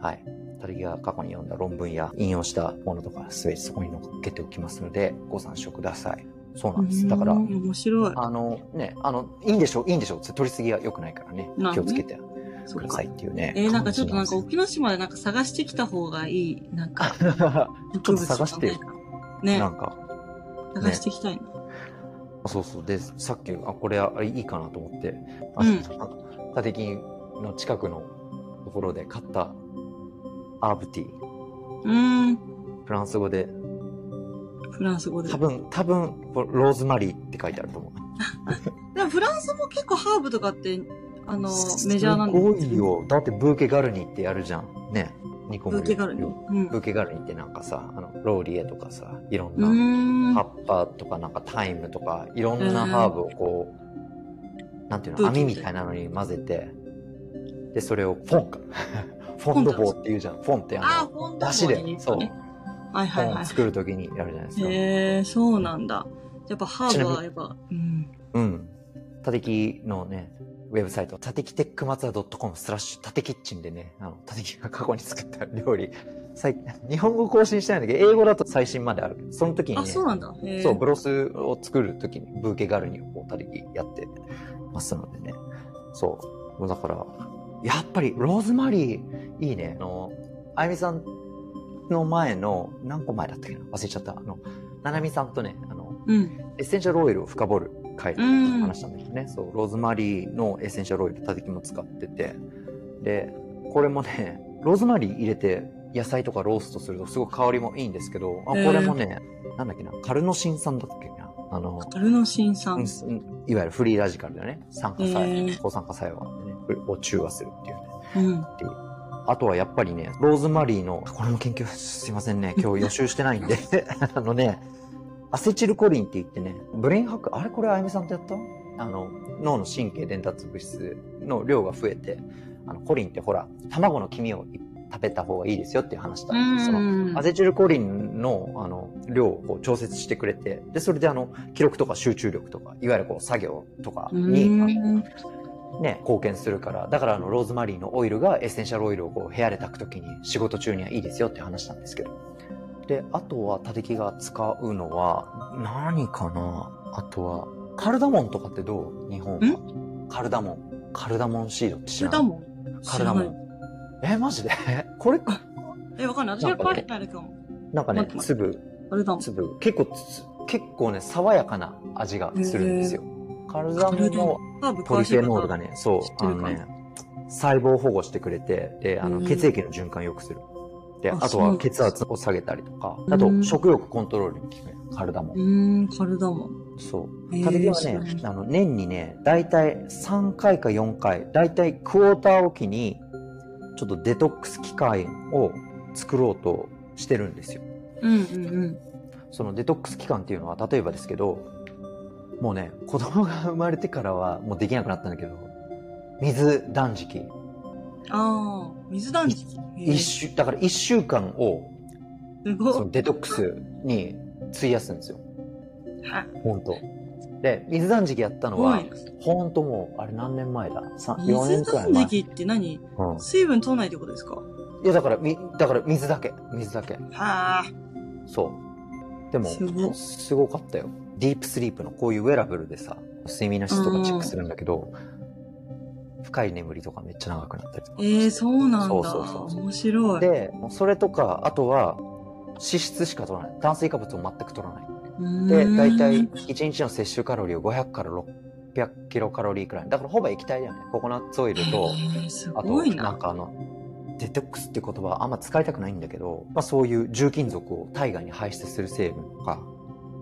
はい。タルギが過去に読んだ論文や引用したものとかすべてそこに載っけておきますのでご参照ください。そうなんです。だから、うん面白い。あのね、あの、いいんでしょう、いいんでしょう。取りすぎは良くないからねまあ。ね気をつけてそくうだかさい。っていうね。えーなんかちょっとなんか感沖ノ島でなんか探してきた方がいい、なんか、じなんですよ植物とかちょっと探してよ ねな、んか、探していきたいな。そうそう。で、さっき、あ、これはいいかなと思って、あうんの、タテキの近くのところで買ったアーブティー。うん、フランス語で、フランス語で。多分、多分、ローズマリーって書いてあると思う。でもフランスも結構ハーブとかって、あの、メジャーなんですごい。よ。だってブーケガルニってやるじゃん。ね。ニコブもーケガルニ。うんブーケガルニってなんかさ、あの、ローリエとかさ、いろうーんんな葉っぱとかなんかタイムとか、いろんなハーブをこう、なんていうブの、ーケ網みたいなのに混ぜて、で、それをフォンか。 フォンドボーって言うじゃん。フォンってああー、フォンの、ダだボしーに入れで、てそう、ねはいフはいォはンい。作るときにやるじゃないですか。へえ、そうなんだ。やっぱハーブはやっぱ、うん。うん。たてきのね、ウェブサイト、たてきテックマツア .com スラッシュたてキッチンでね、あの、たてきが過去に作った料理、最日本語更新してないんだけど、英語だと最新まであるけど、その時にね、あ、そうなんだ。へーそうブロスを作る時にブーケガルニをこうたてきやってますのでね。そう。もうだから、やっぱりローズマリー、いいね。あの、あゆみさんの前の、何個前だったっけな忘れちゃった。あの、ななみさんとね、あの、うん。エッセンシャルオイルを深掘る回でうん話したんだけどね、そうローズマリーのエッセンシャルオイルたてきも使っててでこれもねローズマリー入れて野菜とかローストするとすごく香りもいいんですけどあこへーれもね、なんだっけなカルノシン酸だっけなあのカルノシン酸。うんいわゆるフリーラジカルだよね酸化作へ用ー抗酸化作用があってねこれを中和するっていうねうん。あとはやっぱりね、ローズマリーの、これも研究、すいませ んね、今日予習してないんで、 あのね、アセチルコリンって言ってね、ブレインハック、あれこれあゆみさんとやったあの、脳の神経伝達物質の量が増えて、あの、コリンってほら、卵の黄身を食べた方がいいですよっていう話だ。そのうんアセチルコリンのあの量をこう調節してくれて、で、それであの、記録とか集中力とか、いわゆるこう作業とかに、うんあのね、貢献するから、だからあの、ローズマリーのオイルがエッセンシャルオイルをこう部屋で炊くときに仕事中にはいいですよって話なんですけど。で、あとは、たてきが使うのは、何かなあとは、カルダモンとかってどう日本は。カルダモン。カルダモンシードって知カルらなダいモンカルダモ知らないン。え、マジで これか。え、わかんない。私が書いてないだけかも。なんかね待って、待粒、カルダモン。粒結構つ結構ね爽やかな味がするんですよ、カルダモンもハーブポ詳リしいフェ方ノールがねそう知ってあるのかね細胞を保護してくれてであうのん血液の循環を良くするでああとそうなはんだ血圧を下げたりとかうんあと食欲コントロールに効くねカルダモうンーん、カルダモン。そうへーたてきは知らないねあの年にね大体3回か4回大体クォーターおきにちょっとデトックス機会を作ろうとしてるんですようんうんそのデトックス期間っていうのは例えばですけどもうね子供が生まれてからはもうできなくなったんだけど水断食うん。ああ、水断食。へえ一週、だから一週間を、すそごい。のデトックスに費やすんですよ。は本当で、水断食やったの怖は、いな。本当もう、あれ何年前だ ?4 年水くらい断前。食って何うん水分取らないってことですかいや、だから、み、だから水だけ。水だけ。はあ。そう。でも、すごいすごかったよ。ディープスリープのこういうウェアラブルでさ、睡眠の質とかチェックするんだけど、深い眠りとかめっちゃ長くなったりとか。ええそうなんだ。そうそうそうそう面白い。うで、それとか、あとは、脂質しか取らない。炭水化物を全く取らない。ーんで、大体、1日の摂取カロリーを500から600キロカロリーくらい。だから、ほぼ液体だよね。ココナッツオイルと、へえすあごと、いなんな。かあの、デトックスって言葉はあんま使いたくないんだけど、まあそういう重金属を体外に排出する成分とか、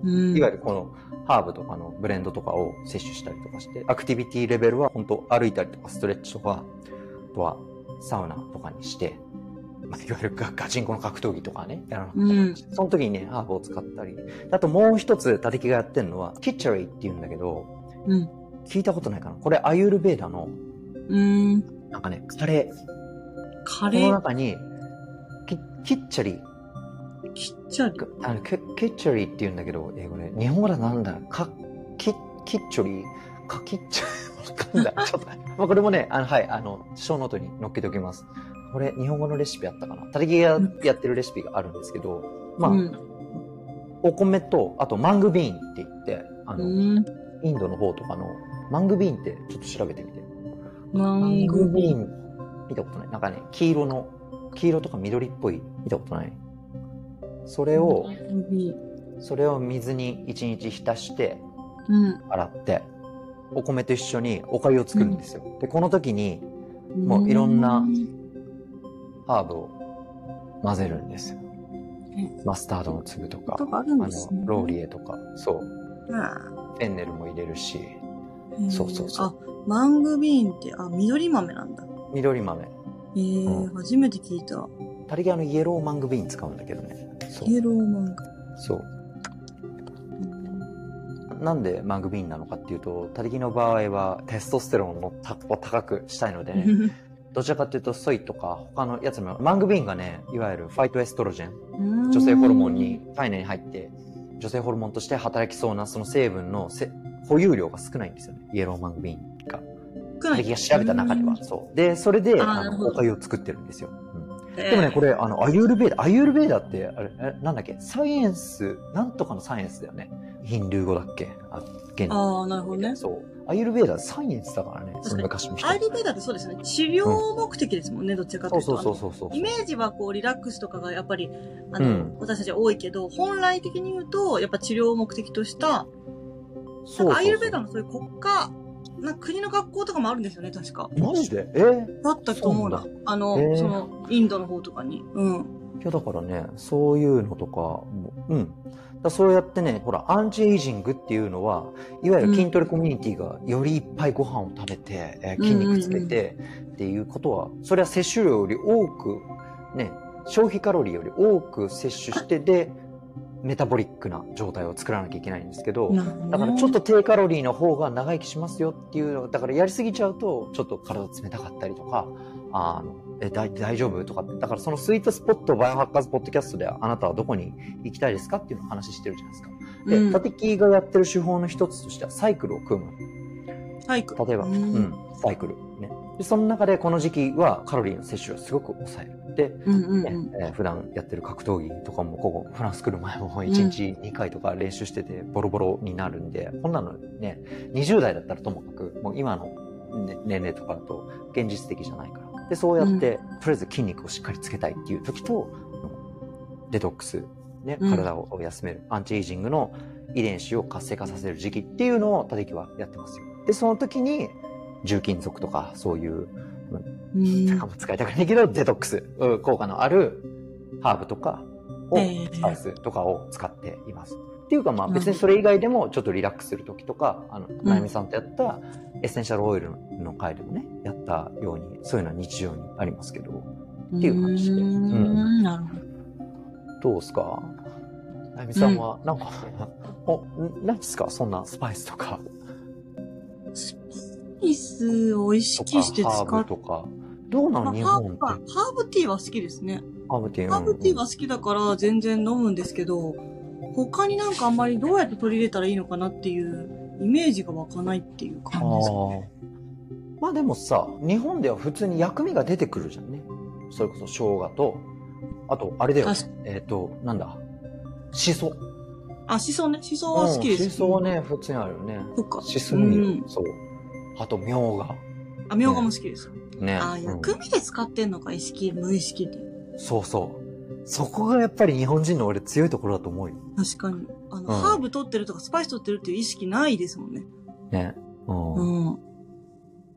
うんいわゆるこのハーブとかのブレンドとかを摂取したりとかして、アクティビティレベルは本当歩いたりとかストレッチとか、あとはサウナとかにして、まあ、いわゆるガガチンコの格闘技とかね、やらなかったりしてその時にね、ハーブを使ったり。あともう一つ、たてきがやってるのは、キッチャリーって言うんだけど、うん聞いたことないかなこれアユールベーダの、うん。なんかね、カレー、カこレのー、中に、キキッチャリー、キッチャリ。あのキキッチョリーって言うんだけど英語ね日本語だなんだかキキッチョリーかキッチョわかんない ちょっと、まあ、これもねあのはいあの小ノートに載っけておきますこれ日本語のレシピあったかなたりきがやってるレシピがあるんですけどまあ、うん。お米とあとマングビーンって言ってあの、うん。インドの方とかのマングビーンってちょっと調べてみてママンンググビビーーン見たことないなんかね黄色の黄色とか緑っぽい見たことないそれを、ン。それを水に一日浸してうん。洗ってお米と一緒にお粥を作るんですよ、でこの時にもういろんなハーブを混ぜるんですよえマスタードの粒とかことがあるあんのですね。ローリエとかそうあフェンネルも入れるしーそうそうそうあ、マングビーンって、あ、緑豆なんだ。緑豆えーうん初めて聞いた。タリギアのイエローマングビーン使うんだけどねそうイエローマング。そううんなんでマングビーンなのかっていうとタリギの場合はテストステロンをたを高くしたいのでね、どちらかというとソイとか他のやつもマングビーンがねいわゆるファイトエストロゲン女性ホルモンに。体内に入って女性ホルモンとして働きそうなその成分のせ保有量が少ないんですよねイエローマングビーンが少ない敵が調べた中ではそうでそれであーあなるのほおど粥を作ってるんですよ、うんででもねこれあのアユールベーダアユールベーダってあれえなんだっけサイエンスなんとかのサイエンスだよねヒンドゥー語だっけあ現ああ、なるほどね。そうアユールベーダはサイエンスだからねかにその昔の人アイルベーダーってそうですね。治療目的ですもんね、どっちかとそいううと。そうそうそうそうイメージはこうリラックスとかがやっぱりあの、うん私たちは多いけど本来的に言うとやっぱ治療を目的としたそなうそうそうんかアイルベーダのそういう国家なんか国の学校とかもあるんですよね確かマジでえーだったと思うなそあの、へーそのインドの方とかにうんいやだからね、そういうのとかも、うん。だそうやってね、ほら、アンチエイジングっていうのは、いわゆる筋トレコミュニティがよりいっぱいご飯を食べて、えー筋肉つけてっていうことは、それは摂取量より多く、ね、消費カロリーより多く摂取して、で、メタボリックな状態を作らなきゃいけないんですけど、だからちょっとと低カロリーの方が長生きしますよっていうのがだからやりすぎちゃうとちょっと体冷たかったりとかあのえ大大丈夫とかってだからそのスイートスポットバイオハッカーズポッドキャストであなたはどこに行きたいですかっていうのを話してるじゃないですかで、うんタテキがやってる手法の一つとしてはサイクルを組む体育例えば、ううんんサイクル、ね、でその中でこの時期はカロリーの摂取をすごく抑えるでうんうんうねんえー普段やってる格闘技とかもここフランス来る前も1日2回とか練習しててボロボロになるんで、こんなのね20代だったらともかくもう今の、ね年齢とかだと現実的じゃないからでそうやって、とりあえず筋肉をしっかりつけたいっていう時とデトックス、ね、うん体を休める、アンチエイジングの遺伝子を活性化させる時期っていうのをタデキはやってますよでその時に重金属とかそういううんあんま使いたくないけど、デトックス、うん効果のあるハーブとかを、えースパイスとかを使っています。っていうかまあ別にそれ以外でもちょっとリラックスする時とか、あの、なゆみさんとやったエッセンシャルオイルの回でもね、やったように、そういうのは日常にありますけど、っていう感じでうんうなるほどどうですかなゆみさんは、なんか、お、何ですかそんなスパイスとか、スパイスを意識してとかハー使ブとか、どうなまのあ、日ハ本ーっブて。かハーブティーは好きですね。ハーブティー。ハーブティーうんは好きだから全然飲むんですけど、他になんかあんまりどうやって取り入れたらいいのかなっていうイメージが湧かないっていう感じですかね。あーまあでもさ、日本では普通に薬味が出てくるじゃんね。それこそ生姜と、あと、あれだよ確か。えっ、と、なんだ。しそ。あ、シソね。シソは好きです。うんしそは。ね、普通にあるよね。そっか。しそに、うんそう。あと、みょうが。あ、みょうがも好きです。ね。あ、うん薬味で使ってんのか、意識、無意識で。そうそう。そこがやっぱり日本人の俺強いところだと思うよ。確かに。あの、うんハーブ取ってるとか、スパイス取ってるっていう意識ないですもんね。ね。うん。うん。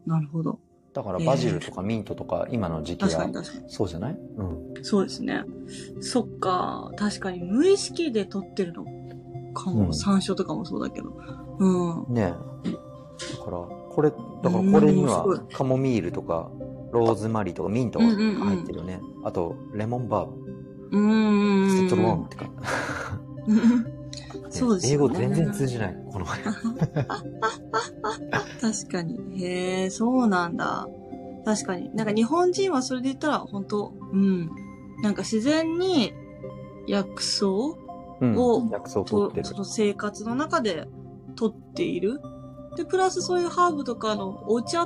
なるほど。だからバジルとかミントとか今の時期確かはに、確かに。そうじゃないうん。そうですね。そっか。確かに、無意識で取ってるのかも。うん山椒とかもそうだけど。うん。ねえだから、これ、だからこれにはうんすカモミールとか、ローズマリーとかミントが入ってるよね。あと、レモンバーブ、うん。セトロワームってか。ねそうです英よ語ね。全然通じない、この前。確かに。へえ、そうなんだ。確かに。なんか日本人はそれで言ったら、本当うん。なんか自然に薬草をうんを。薬草取とってるそ。の生活の中で取っている。で、プラスそういうハーブとかのお茶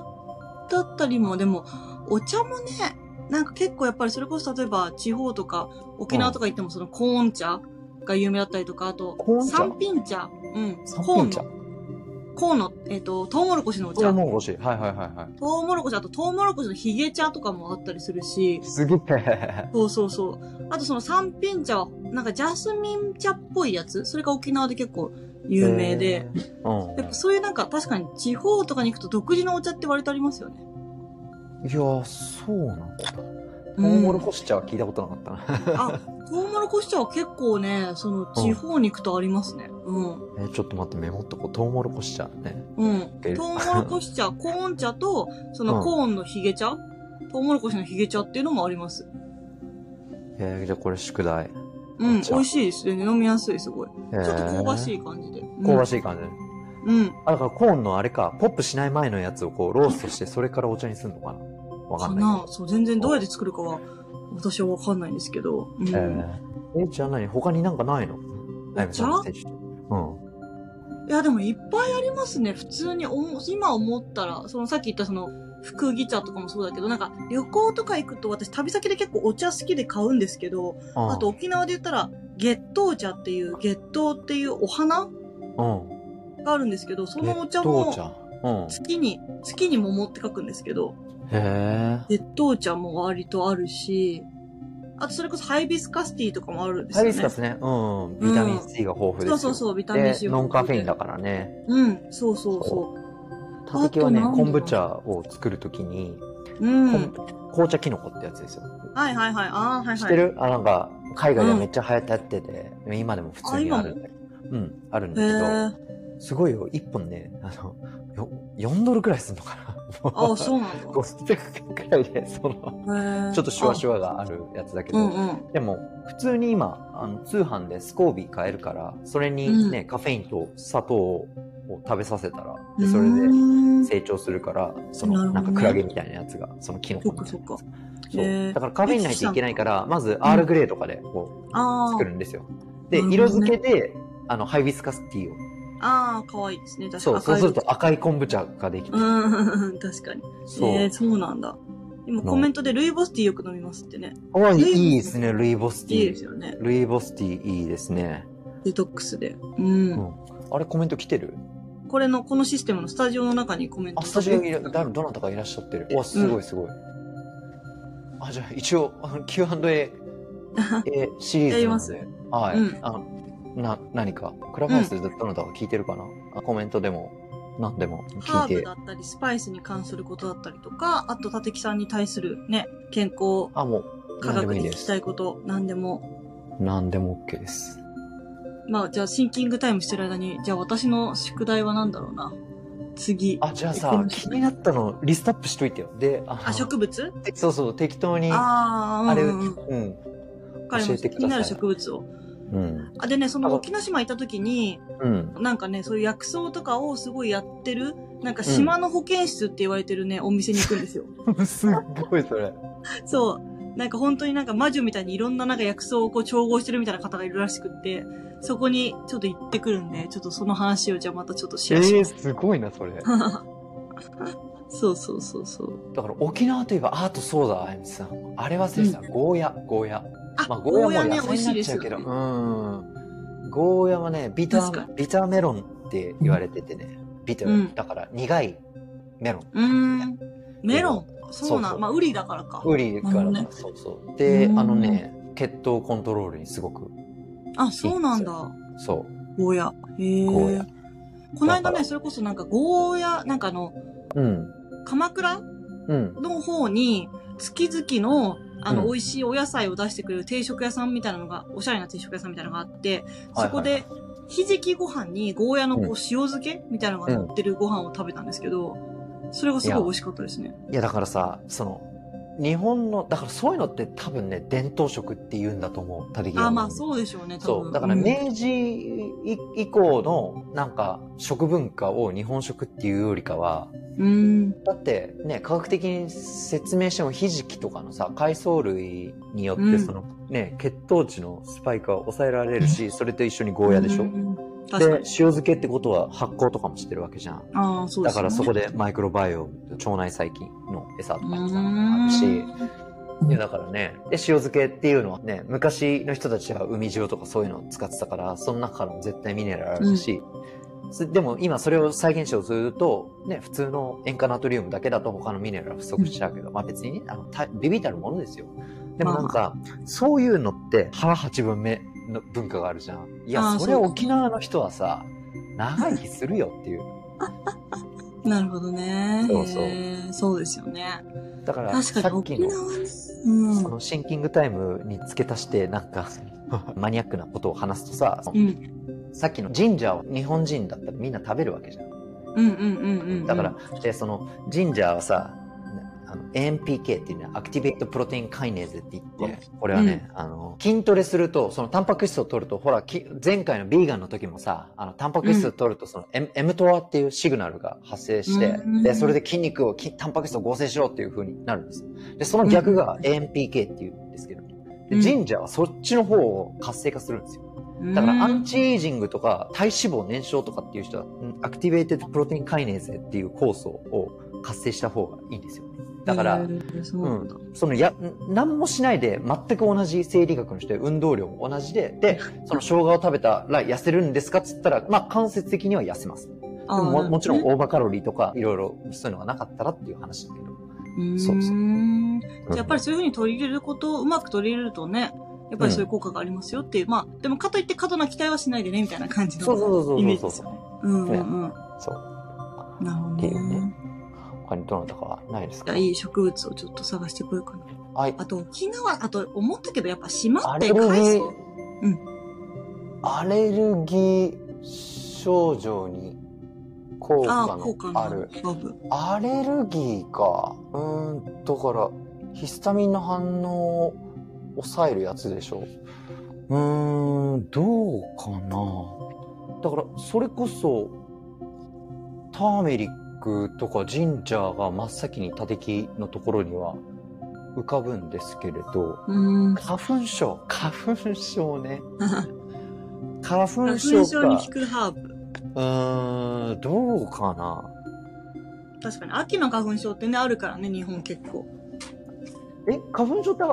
だったりも、でも、お茶もね、なんか結構やっぱりそれこそ例えば地方とか沖縄とか行ってもそのコーン茶が有名だったりとか、あとコーン茶三品茶。うん。三品茶コーンの、コーンの、えっ、と、トウモロコシのおト茶ウ。モロコシ。はいはいはいはい。トウモロコシ、あとトウモロコシのヒゲ茶とかもあったりするし、すげえ。そうそうそう。あとその三品茶は、なんかジャスミン茶っぽいやつそれが沖縄で結構有名で。えー。うん。やっぱそういうなんか確かに地方とかに行くと独自のお茶って割とありますよね。いやー、そうなんだ。トウうんモロコシ茶は聞いたことなかったな。 あ、トウモロコシ茶は結構ね、その地方に行くとありますね。うん。えーちょっと待って、メモっとこう。トウモロコシ茶ね。うん。えトウモロコシ茶、コーン茶と、そのコーンのヒゲ茶、トウモロコシのヒゲ茶っていうのもあります。えー、じゃあこれ宿題。うん。お茶美味しいですよね。飲みやすい、すごい。えーちょっと香ばしい感じで。うん香ばしい感じね。うん。あ、だからコーンのあれか、ポップしない前のやつをこうローストして、それからお茶にするのかなわかかんないなそう、全然どうやって作るかは、私はわかんないんですけど。うんけど。えー、えじゃあ何他になんかないのあゆみさんのお茶選手。うん。いや、でもいっぱいありますね。普通にお、今思ったら、そのさっき言ったその、福ギ茶とかもそうだけど、なんか旅行とか行くと私旅先で結構お茶好きで買うんですけど、あと、沖縄で言ったら、月桃茶っていう、月桃っていうお花うん。があるんですけど、そのお茶どうも茶。うん。月に、月に桃って書くんですけど、へえ。月桃茶も割とあるし、あとそれこそハイビスカスティーとかもあるんですハよイね。ビスカスね。うん。ビタミン C が豊富ですそよ。うそうそう、ビタミンで C もノンカフェインだからね。うん、そうそうそたてきはね、あとなんだ昆布茶を作るときに、う。うん。昆紅茶キノコってやつですよ。はいはいはい。ああー、はいはい。知ってるあ、なんか、海外でめっちゃ流行ってやってて、今でも普通にあるんだけど。うん、あるんだへけど。え。すごいよ、1本ね、あの、よ4ドルくらいするのかな。あもあ、そうなんだ。う500円くらいで、その、へえちょっとシュワシュュワがあるやつだけど、うんうん。でも、普通に今、あの通販でスコービー買えるから、それにね、カフェインと砂糖を食べさせたら、でそれうでーん成長するから、そなるの、ほどなねんかクラゲみたいなやつが、そのキノコみたいな。そっかそっそへう。ーだからカフェインないといけないから、まずんアールグレーとかでこうあ作ーるんですよ。で、なるほ色どね付けで、あの、ハイビスカスティーを。あー、かわいいですね。確かそう、に。そうする赤いと赤い昆布茶ができてう。ん、 確かに。そう。えー、そうなんだ。今コメントでルイボスティーよく飲みますってね。おいルイボいスいですね、ルイボステいいィですー。よね。ルイボスティーいいですね。デトックスで。うん。あれ、コメント来てるこれの、このシステムのスタジオの中にコメント。あ、スタジオにいらだどなたかいらっしゃってる。わ、すごいすごい。あ、じゃあ一応、あ の Q&A えーシリーズやりなまのすで。はい。うんあのな、何か、クラブハウスでどなたか聞いてるかな、あコメントでも、何でもハ聞いーブてだ。ったり、スパイスに関することだったりとか、あと、立木さんに対するね、健康、あ、もう、科何でも学いいでに聞きたす。いこと、何でも。何でも OK です。まあ、じゃあ、シンキングタイムしてる間に、じゃあ、私の宿題は何だろうな。次。あ、じゃあ行きさ、ましょ気うになったのリストアップしといてよ。で、あのあ、植物そうそう、適当に、ああ、あれ、ううんうんうん。ん。わかり教まえしてた気くださいになる植物を。うん。あ、でね、そあのの沖縄島行った時に、うん。なんかね、そういう薬草とかをすごいやってるなんか島の保健室って言われてるね、お店に行くんです よ。すっごいそれ。そう。なんか本当になんか魔女みたいにいろんななんか薬草をこう調合してるみたいな方がいるらしくって、そこにちょっと行ってくるんで、ちょっとその話をじゃあまたちょっとシえェアしー、ます。すごいな、それ。だ そうそうそうそう。から沖縄といえば、あーとそうだ、あゆみさん。あれ忘れてた、うんゴーヤ、ゴーヤ。あ、まあ、ゴゴーーヤヤもね、野美味菜にしないっでちすゃうけよ、ね。ど、うん。ゴーヤはね、ビタ確か、ビタメロンって言われててね。ビタ、うんだから苦いメロン。うーん。メロン。そうそうな。そうんまあ、ウリだからか。ウリかならるほどねね、そうそう。で、うんあのね、血糖コントロールにすごく、あ、そうなんだ。そゴーヤ。へえ。ゴーヤこのだ間からね、それこそなんかゴーヤ、なんかあの、う。うん。鎌倉うん。の方に、月々の、あの、うん美味しいお野菜を出してくれる定食屋さんみたいなのが、おしゃれな定食屋さんみたいなのがあって、はいはいそこで、ひじきご飯にゴーヤのこう、塩漬けみたいなのが乗ってるご飯を食べたんですけど、それがすごい美味しかったですね。いや、だからさ、その、日本の、だからそういうのって多分ね、伝統食って言うんだと思う、たりぎあ、まあ、う。そうでしょうね、多そ分。う。だからうん明治以以降の、なんか、食文化を日本食っていうよりかは、うん。だってね、科学的に説明しても、ひじきとかのさ、海藻類によっうて、んその、ね、血糖値のスパイクは抑えられるし、それと一緒にゴーヤでしょ、うんうんで確か塩に。漬けってことは発酵とかもしてるわけじゃんああ、そうでだすかね。らそこでマイクロバイオーム腸内細菌の餌とかもさうーんあるしいやだからねで塩漬けっていうのはね昔の人たちは海塩とかそういうのを使ってたからその中からも絶対ミネラルあるし、そでも今それを再現しようとすると、ね、普通の塩化ナトリウムだけだと他のミネラルは不足しちゃうけど、まあ別にねあのたビビたるものですよでもなんか、そういうのって腹八分目の文化があるじゃんいやあーそれそう沖縄の人はさ長生きするよっていうなるほどね。そうそうへーそうですよね。だから確さかにっき沖の縄ね。そのシンキングタイムに付け足してなん かマニアックなことを話すとさ、うん。うん。さっきのジンジャーを日本人だったらみんな食べるわけじゃん、うんうんうんうん。だから、でそのジンジャーはさあの AMPK っていうのはアクティベートプロテインカイネーゼって言ってこれはね、あの筋トレするとそのタンパク質を取るとほらき前回のビーガンの時もさあのタンパク質を取るとその M、M トアっていうシグナルが発生して、うんでそれで筋肉をきタンパク質を合成しろっていう風になるんですでその逆が AMPK っていうんですけどうでんジンジャーはそっちの方を活性化するんですよだからアンチエイジングとか体脂肪燃焼とかっていう人はうんアクティベーテッドプロテインカイネーゼっていう酵素を活性した方がいいんですよねだから、うんへーそうなんだそのやん何もしないで全く同じ生理学の人で運動量も同じででその生姜を食べたら痩せるんですかっつったら、まあ、間接的には痩せますであもーももちろんなるオーバーカロリーとかいろいろそういうのがなかったらっていう話だけどほどねそうそうーんじゃあやっぱりうんそういうふうに取り入れることをうまく取り入れるとね、やっぱりそういう効果がありますよっていう。まあ、でもかといって過度な期待はしないでね、みたいな感じそうのそうそうイそメうージそでうすそようね。うんうんうん。そうなるほどっていうねね。他にどなたかないですじゃかあいい植物をちょっと探してこようかな。はいあと沖縄、あと思ったけどやっぱ島アっレてルギ海ー藻、うんアレルギー症状に効あ果あ、効果ののああるる。バブ。アレルギーか。うーん、だから、ヒスタミンの反応を抑えるやつでしょ。うーん、どうかな。だから、それこそ、ターメリックとかジンジャーが真っ先に他敵のところには浮かぶんですけれど、うん。花粉症花粉症 ね花花粉粉症症にか効くハーブ。うーんどうかな確かに、秋の花粉症ってね、あるからね、日本結構。え花粉症って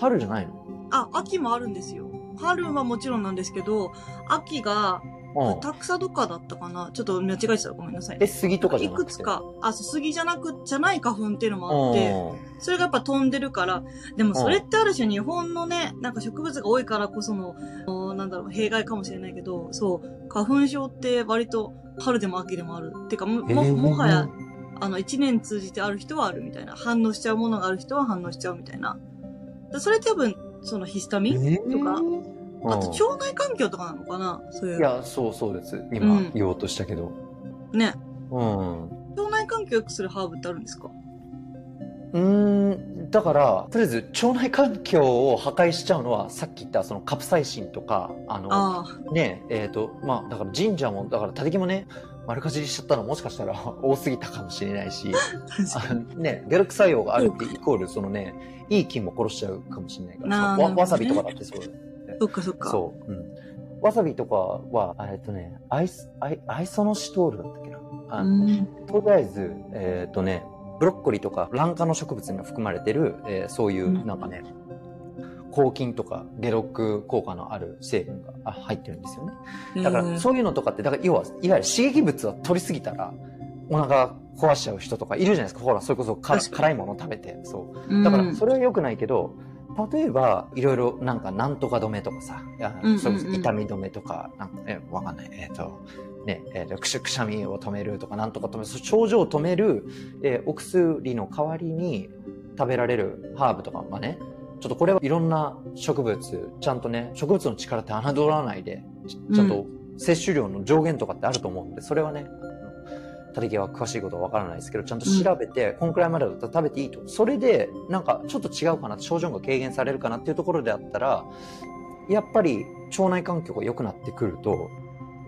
春じゃないあ、秋もあるんですよ。春はもちろんなんですけど、秋が、のうんタクサとかだったかなちょっと間違えてたらごめんなさい。え杉とかじゃいなくくてつか、あ、そう杉じゃなく、じゃない花粉っていうのうもあって、んそれがやっぱ飛んでるから、でもそれってある種日本のね、なんか植物が多いからこその、おなんだろう、弊害かもしれないけど、そう、花粉症って割と春でも秋でもある。てか、も、もえーもはや、あの、一年通じてある人はあるみたいな。反応しちゃうものがある人は反応しちゃうみたいな。だそれ多分、そのヒスタミン、えーとかあとう腸内環境とかなのかなそういんう。いやそうそうです今うん言おうとしたけどね。うん腸内環境良くするハーブってあるんですかうーんだからとりあえず腸内環境を破壊しちゃうのはさっき言ったそのカプサイシンとかあのああ、ねえ、えっ、と、まあ、だから神社も、だから、たてきもね、丸かじりしちゃったのもしかしたら 多すぎたかもしれないし、確かあのね、デラック作用があるってイコール、そのね、いい菌も殺しちゃうかもしれないからなさ、わあなるほどねわさびとかだってそうだよね。に そっかそっか。そう。うん。わさびとかは、あえっとね、アイス、アイアイソノシトールだったっけな。あのうんとりあえず、えっとね、ブロッコリーとか卵化の植物には含まれてる、えーそういううんなんかね、抗菌とか解毒効果のある成分があ入ってるんですよね。だかえーらそういうのとかって、だから要は、いわゆる刺激物を取りすぎたら、お腹壊しちゃう人とかいるじゃないですか。ほら、それこそか確かに辛いものを食べて、そう。だからそれは良くないけど、例えばいろいろなんかなんとか止めとかさ、いやうんうんうんそれこそ痛み止めとか、なんかえわかんない、えっ、と、ね、えーくしゃくしゃみを止めるとか、なんとか止める、そう症状を止める、えーお薬の代わりに食べられるハーブとか、まあね、ちょっとこれはいろんな植物、ちゃんとね、植物の力って侮らないで、ちうんちゃんと摂取量の上限とかってあると思うんで、それはね、たりは詳しいことは分からないですけど、ちゃんと調べて、こんくらいまでだったら食べていいと。それで、なんかちょっと違うかな、症状が軽減されるかなっていうところであったら、やっぱり腸内環境が良くなってくると、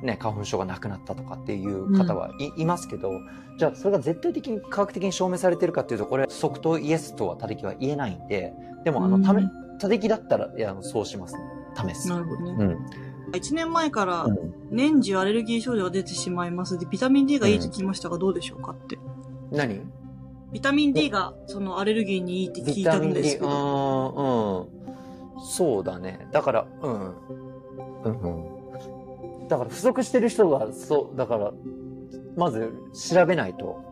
ね、花粉症がなくなったとかっていう方はい,、いますけど、じゃあそれが絶対的に科学的に証明されてるかっていうと、これ即答イエスとはたりは言えないんで、でもあの、ため、たきだったら、いや、あのそうしますね。試すな。るほどうね。ん。 1年前からうん年中アレルギー症状が出てしまいますで、ビタミン D がいいと聞きましたがどうでしょうかって。何ビタミン D がそのアレルギーにいいって聞いたんですビタミン D けうど。んうんそうだねだからうんうんうんだから不足してる人がそうだからまず調べないと、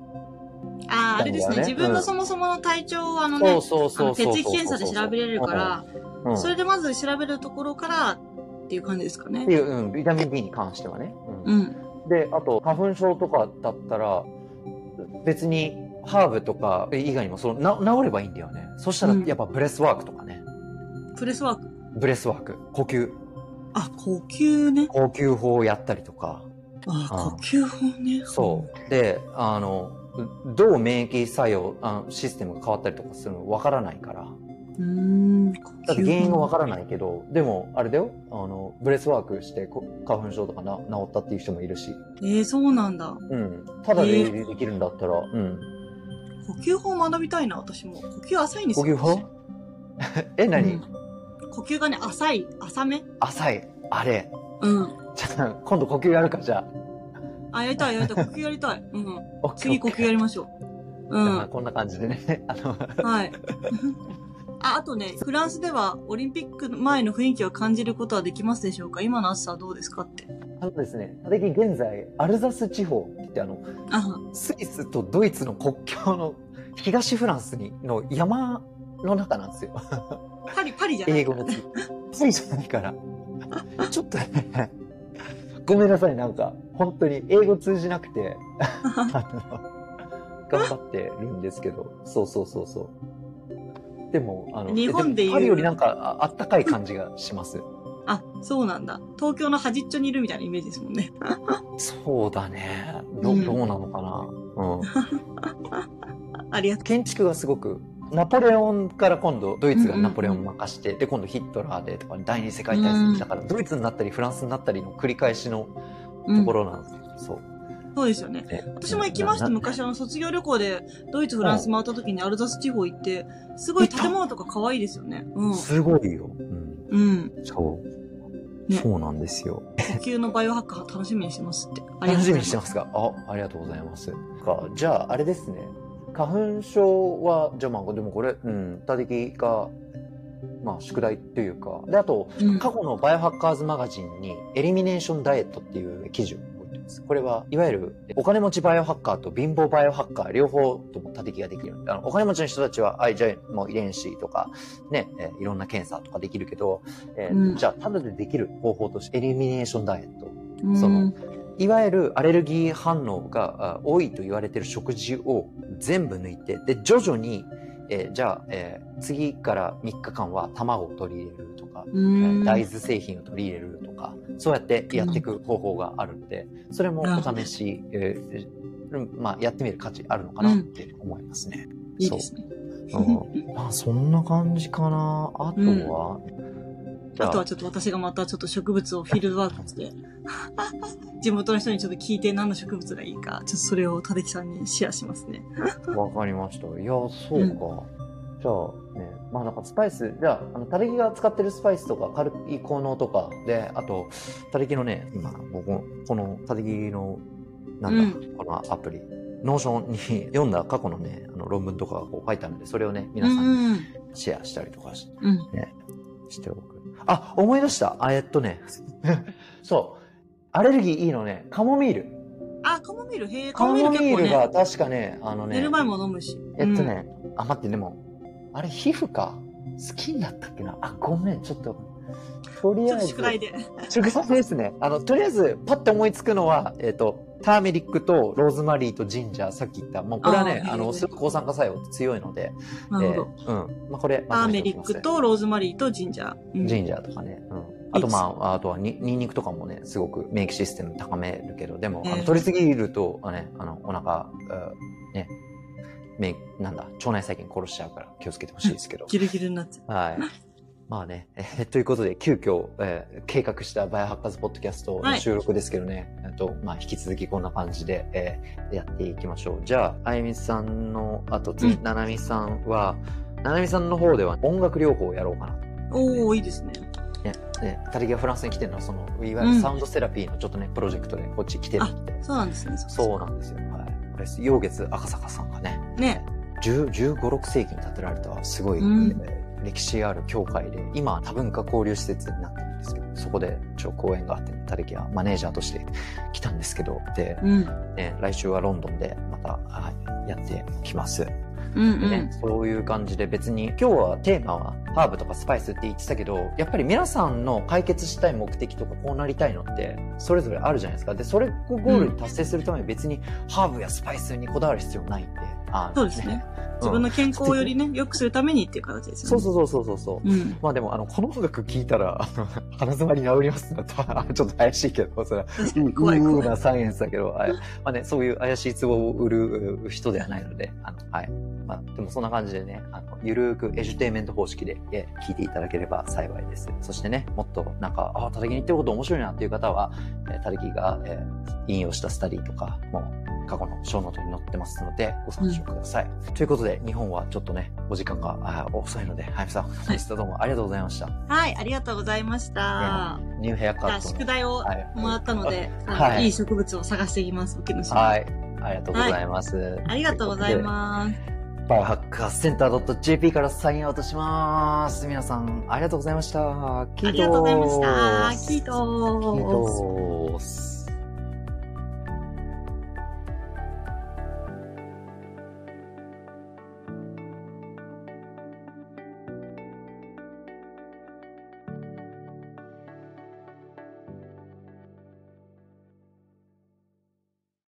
ああ、あれですね。ビタミン D はね自分のそもそもの体調をあのね、そうそうあそのう血そう液検査で調べれるから、うん、それでまず調べるところからっていう感じですかってね。いう、うん、ビタミン D に関してはね、うんうん。であと花粉症とかだったら別にハーブとか以外にもそのな治ればいいんだよねそしたらうんやっぱブレスワークとかね、プレスワーク。ブレスワーク呼吸あ、呼吸ね。呼吸法をやったりとかああ、うん呼吸法ね。そう。で、あの、どう免疫作用、あのシステムが変わったりとかするのわからないから。う。うーん。だって原因がわかからないけど、でも、あれだよ、あの、ブレスワークしてこ花粉症とかな治ったっていう人もいるし。ええー、そうなんだ。うん。ただでできるんだったら、うん。呼吸法を学びたいな、私も。呼吸浅いんです呼よ。吸法え、何、うん呼吸がね、浅い、浅め。浅い。あれ。うん。じゃあ、今度呼吸やるか、じゃあ、やりたい、やり たい。呼吸やりたい。うん。あ。次呼吸やる。りましょう。うまあん。こんな感じでね。 あの、はい。 あ、あとね、フランスではオリンピック前の雰囲気は感じることはできますでしょうか今の暑さはどうですかって。あのですね、最近現在、アルザス地方って言って、あの、あ、スイスとドイツの国境の 東フランスにの山の中なんですよ。パリ、パリじゃない英語の次。パリじゃないから。ちょっとね、ごめんなさい、なんか、本当に英語通じなく て、あの頑張ってるんですけど、そうそうそうそう。でも、あの、日本でいうもパリよりなんかああったかい感じがします。あ、そうなんだ。東京の端っちょにいるみたいなイメージですもんね。そうだね。どうんどうなのかな。うん。ありがと建築がすごくナポレオンから今度ドイツがナポレオンを任して、で今度ヒトラーでとか第二次世界大戦だから、ドイツになったりフランスになったりの繰り返しのう。うんところなんですよ、そうそうですよね。ね私も行きました、なな昔、あの、卒業旅行で、ドイツ、フランス回った時にアルザス地方行って、すごい建物とか可愛いですよね。うん。すごいよ、うん、うん。そう、ねそうなんですよ呼吸のバイオハック楽しみにしてますって。ありが楽しとうございみまにすしてますかあありがとうございますかじゃああれですね花粉症はじゃあまあでもこれうん他的がまあ宿題というかであとうん過去のバイオハッカーズマガジンにエリミネーションダイエットっていう記事を置いてます。これはいわゆるお金持ちバイオハッカーと貧乏バイオハッカー両方とも立てきができる。あのお金持ちの人たちは、あ、じゃあもう遺伝子とかね、えーいろんな検査とかできるけど、えーうんじゃあただでできる方法としてエリミネーションダイエット。うんそのいわゆるアレルギー反応があ多いと言われている食事を全部抜いて、で、徐々に、えーじゃあ、えー次から3日間は卵を取り入れるとか、うん大豆製品を取り入れるとか、そうやってやっていく方法があるので、それもお試し、えーうんまあ、やってみる価値あるのかなって思います ね。いいですね。うんまあ、そんな感じかな。あとは、じゃあとはちょっと私がまたちょっと植物をフィールドワークして、 地元の人にちょっと聞いて何の植物がいいか、ちょっとそれを立木さんにシェアしますね。わかりました。いや、そうか。じゃあね、まあなんかスパイス、じゃあ、あの、たれきが使ってるスパイスとか、軽い効能とか、で、あと、たれきのね、今、僕、このたれきの、なんだ、このアプリ、ノーションに読んだ過去のね、あの論文とかがこう書いてあるんで、それをね、皆さんにうんシェアしたりとかしうん。うん。しておく。あ、思い出した。あ、えっとね、 そう。アレルギーいいのね、カモミール。あ、カモミール、へえ、カカモモミミーール結構ルね、が確かね、あのね、寝る前も飲むし。えっとね、あ、待って、でも、あれ、皮膚か。スキンだったっけなあ、ごめん、ちょっと。とうん。りちょあえっとず。宿題で。宿題ですね。あの、とりあえず、パッて思いつくのは、えっ、と、ターメリックとローズマリーとジンジャー、さっき言った。もうこれはね、あーあへの、ーすごく抗酸化作用強いので。なるほど。えーうん。まあ、これ、タまーとメめてリおきッますクねとローズマリーとジンジャー。うんジンジャーとかね。うん。あと、まあ、あとはに、ニンニクとかもね、すごく免疫システム高めるけど、でも、あのえー取りすぎると、あね、あの、お腹、うんね、免疫なんだ、腸内細菌殺しちゃうから気をつけてほしいですけ ど。ギルギルになっちゃはい。まあね、 えーということで、急遽、えー計画したバイオハッカーズポッドキャストの収録ですけどね、えっと、まあ、引き続きこんな感じで、えーやっていきましょう。じゃあ、あゆみさんの、あと次、うんななみさんは、ななみさんの方では音楽療法をやろうかなう。おー、いいですね。ね、ね、たりがフランスに来てるのは、その、いわゆるサウンドセラピーのちょっとね、プロジェクトでこっち来てるって。そうなんですね。そうなんですよ。はい。これ、陽月赤坂さんがね、う。ね。 10 15、6世紀に建てられた、すごい、うんえー歴史ある教会で、今は多文化交流施設になってるんですけど、そこで、ちょ、講演があって、ね、たりきはマネージャーとして来たんですけど、で、うん。ね、来週はロンドンで、また、はい、やってきます。うんでね、そういう感じで別に今日はテーマはハーブとかスパイスって言ってたけどやっぱり皆さんの解決したい目的とかこうなりたいのってそれぞれあるじゃないですかでそれをゴールに達成するために別にハーブやスパイスにこだわる必要ないんで、あそうですね。自分の健康をよりね、良くするためにっていう形ですそようね。そうそうそうそうそうう。うん。まあでもあのこの音楽聞いたらあの鼻づまり治りますだったらちょっと怪しいけどそれは確うかに怖いー怖い。なサイエンスだけど、はいまあね、そういう怪しいツボを売るう人ではないので、あのはいまあ、でもそんな感じでねあの、ゆるーくエジュテイメント方式でえ聞いていただければ幸いです。そしてね、もっとなんか、ああ、たたきに言ってること面白いなっていう方は、えーたたきが、えー引用したスタディとかも過去の小ノートに載ってますので、ご参照ください。ということで、日本はちょっとね、お時間があー遅いので、はやみさん、本日はどうもありがとうございました。はい、ありがとうございました。ニューヘアじカゃあ、ットの宿題をはいもらったので、あのはいいい植物を探していきます、沖野島。はい。ありがとうございます。ありがとうございます。す。バイオハッカーセンター .jp からサインアウトします。皆さん、ありがとうございました。あありがとうございました。キーキートーストース。